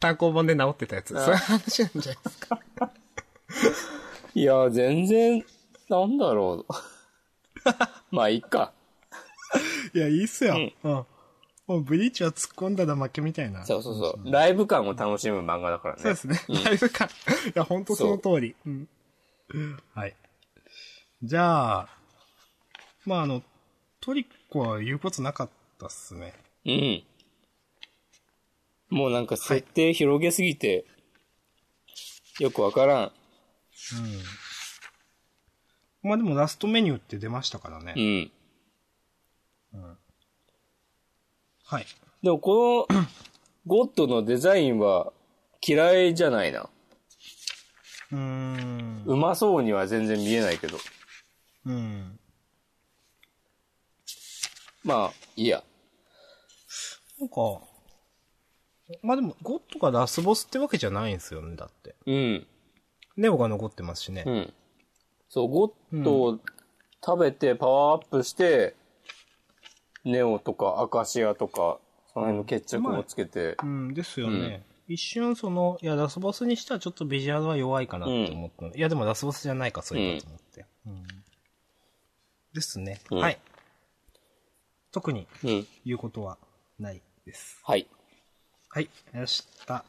単行本で治ってたやつ。あそういう話なんじゃないですか。いやー、全然、なんだろう。ま あ、いっか。いや、いいっすよ。うんうん。もうブリーチは突っ込んだら負けみたいな。そうそうそう。ライブ感を楽しむ漫画だからね。そうですね。ライブ感。いや、ほんとその通り。うん。はい。じゃあ、まあ、あの、トリックは言うことなかったっすね。うん。もうなんか設定広げすぎて、よくわからん。まあでもラストメニューって出ましたからね。うん。はい。でもこのゴッドのデザインは嫌いじゃないな。うーん。うまそうには全然見えないけど。うん。まあ、いいや。なんか、まあでも、ゴッドがラスボスってわけじゃないんですよね、だって。うん。ネオが残ってますしねう。ん。そう、ゴッドを食べてパワーアップして、ネオとかアカシアとか、その辺の決着をつけてう。ん、ですよね。一瞬その、いや、ラスボスにしてはちょっとビジュアルは弱いかなって思ったの、いや、でもラスボスじゃないか、そういうこと思って。うんですね、うんはい。特にうん。言うことはないです。はい。はい、よした。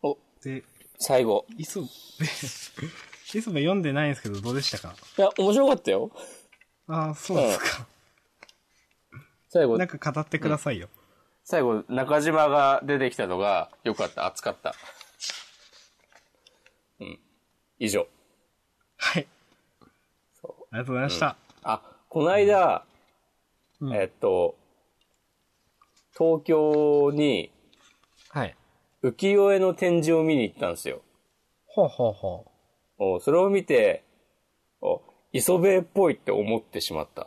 お、で、最後。いつも、 いつも読んでないんですけど、どうでしたかいや、面白かったよ。ああ、そうですか。最後なん、か語ってくださいよ。最後、中島が出てきたのが、よかった、熱かった。うん。以上。はい。そありがとうございました。あ、この間、うんえっと、東京にはい。浮世絵の展示を見に行ったんですよ。ほうほうほおそれを見て、お磯部っぽいって思ってしまった。う。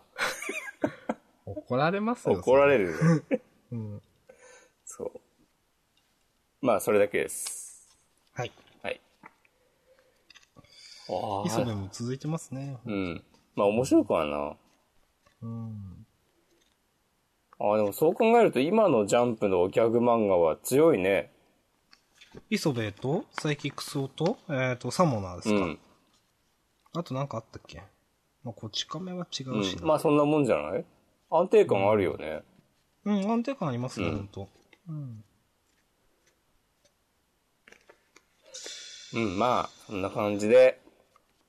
怒られますよ。怒られる。る。 うん。そう。まあ、それだけです。はい。はい。あ磯部も続いてますね。うん。まあ、面白くはな。うん。ああ、でもそう考えると今のジャンプのギャグ漫画は強いね。磯部と、サイキックスオと、えっ、と、サモナーですうか、ん。あとなんかあったっけまあ、こち亀は違ううしん、な。まあそんなもんじゃない安定感あるよね。うん、安定感ありますね、うんほんと。うん。うん、まあ、そんな感じで。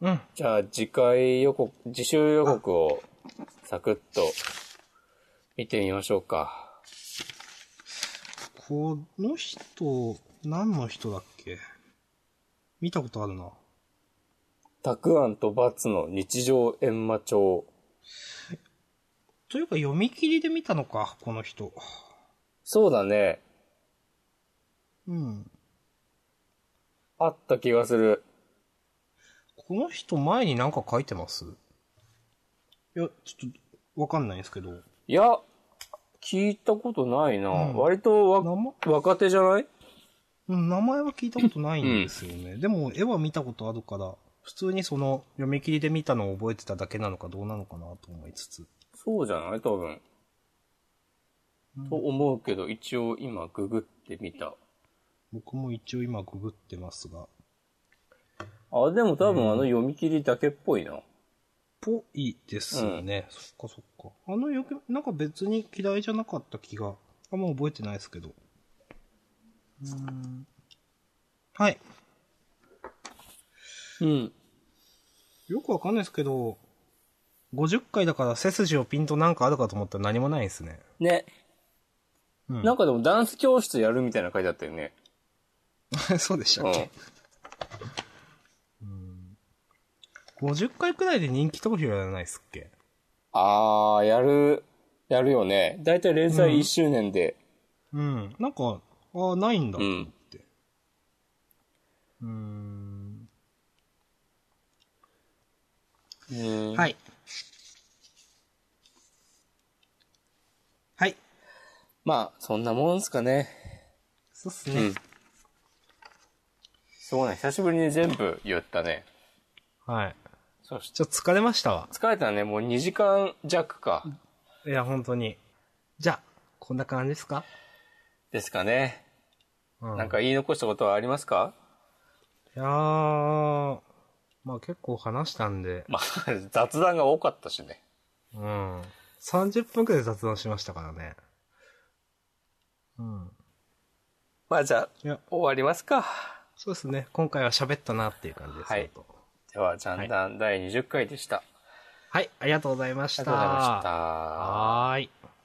うん。じゃあ次回予告、次週予告をサクッと見てみましょうか。この人、何の人だっけ見たことあるな。たくあんとバツの日常閻魔帳。というか、読み切りで見たのか、この人。そうだね。うん。あった気がする。この人前に何か書いてますいや、ちょっと、わかんないんですけど。いや、聞いたことないな。うん割と名わ前若手じゃないうん名前は聞いたことないんですよね。でも、絵は見たことあるから、普通にその、読み切りで見たのを覚えてただけなのかどうなのかなと思いつつ。そうじゃない多分。と思うけど、一応今ググってみた。僕も一応今ググってますが、あ、でも多分あの読み切りだけっぽいな。ぽいですね。そっかそっか。あのよく、なんか別に嫌いじゃなかった気が、あんま覚えてないですけど。うーんはい。うん。よくわかんないですけど、50回だから背筋をピンとなんかあるかと思ったら何もないですね。ね。うんなんかでもダンス教室やるみたいな書いてあったよね。 そうでしたうっん。け、?50 回くらいで人気投票やらないっすっけあー、やる、やるよね。だいたい連載うん1周年で。うん。なんか、ああ、ないんだうとん思って。うーん。うんはい。はい。まあ、そんなもんすかね。そうっすうねん。。そうね、久しぶりに全部言ったね。はい。そして、ちょっと疲れましたわ。疲れたね、もう2時間弱か。いや、本当に。じゃあ、こんな感じですかですかね。うんなんか言い残したことはありますかいやー、まあ結構話したんで、まあ、 雑談が多かったしね。うん。30分くらいで雑談しましたからね。うん。まあじゃあ、いや、終わりますか。そうですね。今回は喋ったなっていう感じです。はい本当では、ジャンダン第20回でした。はい、ありがとうございまあしりた。がとうございました。はーい。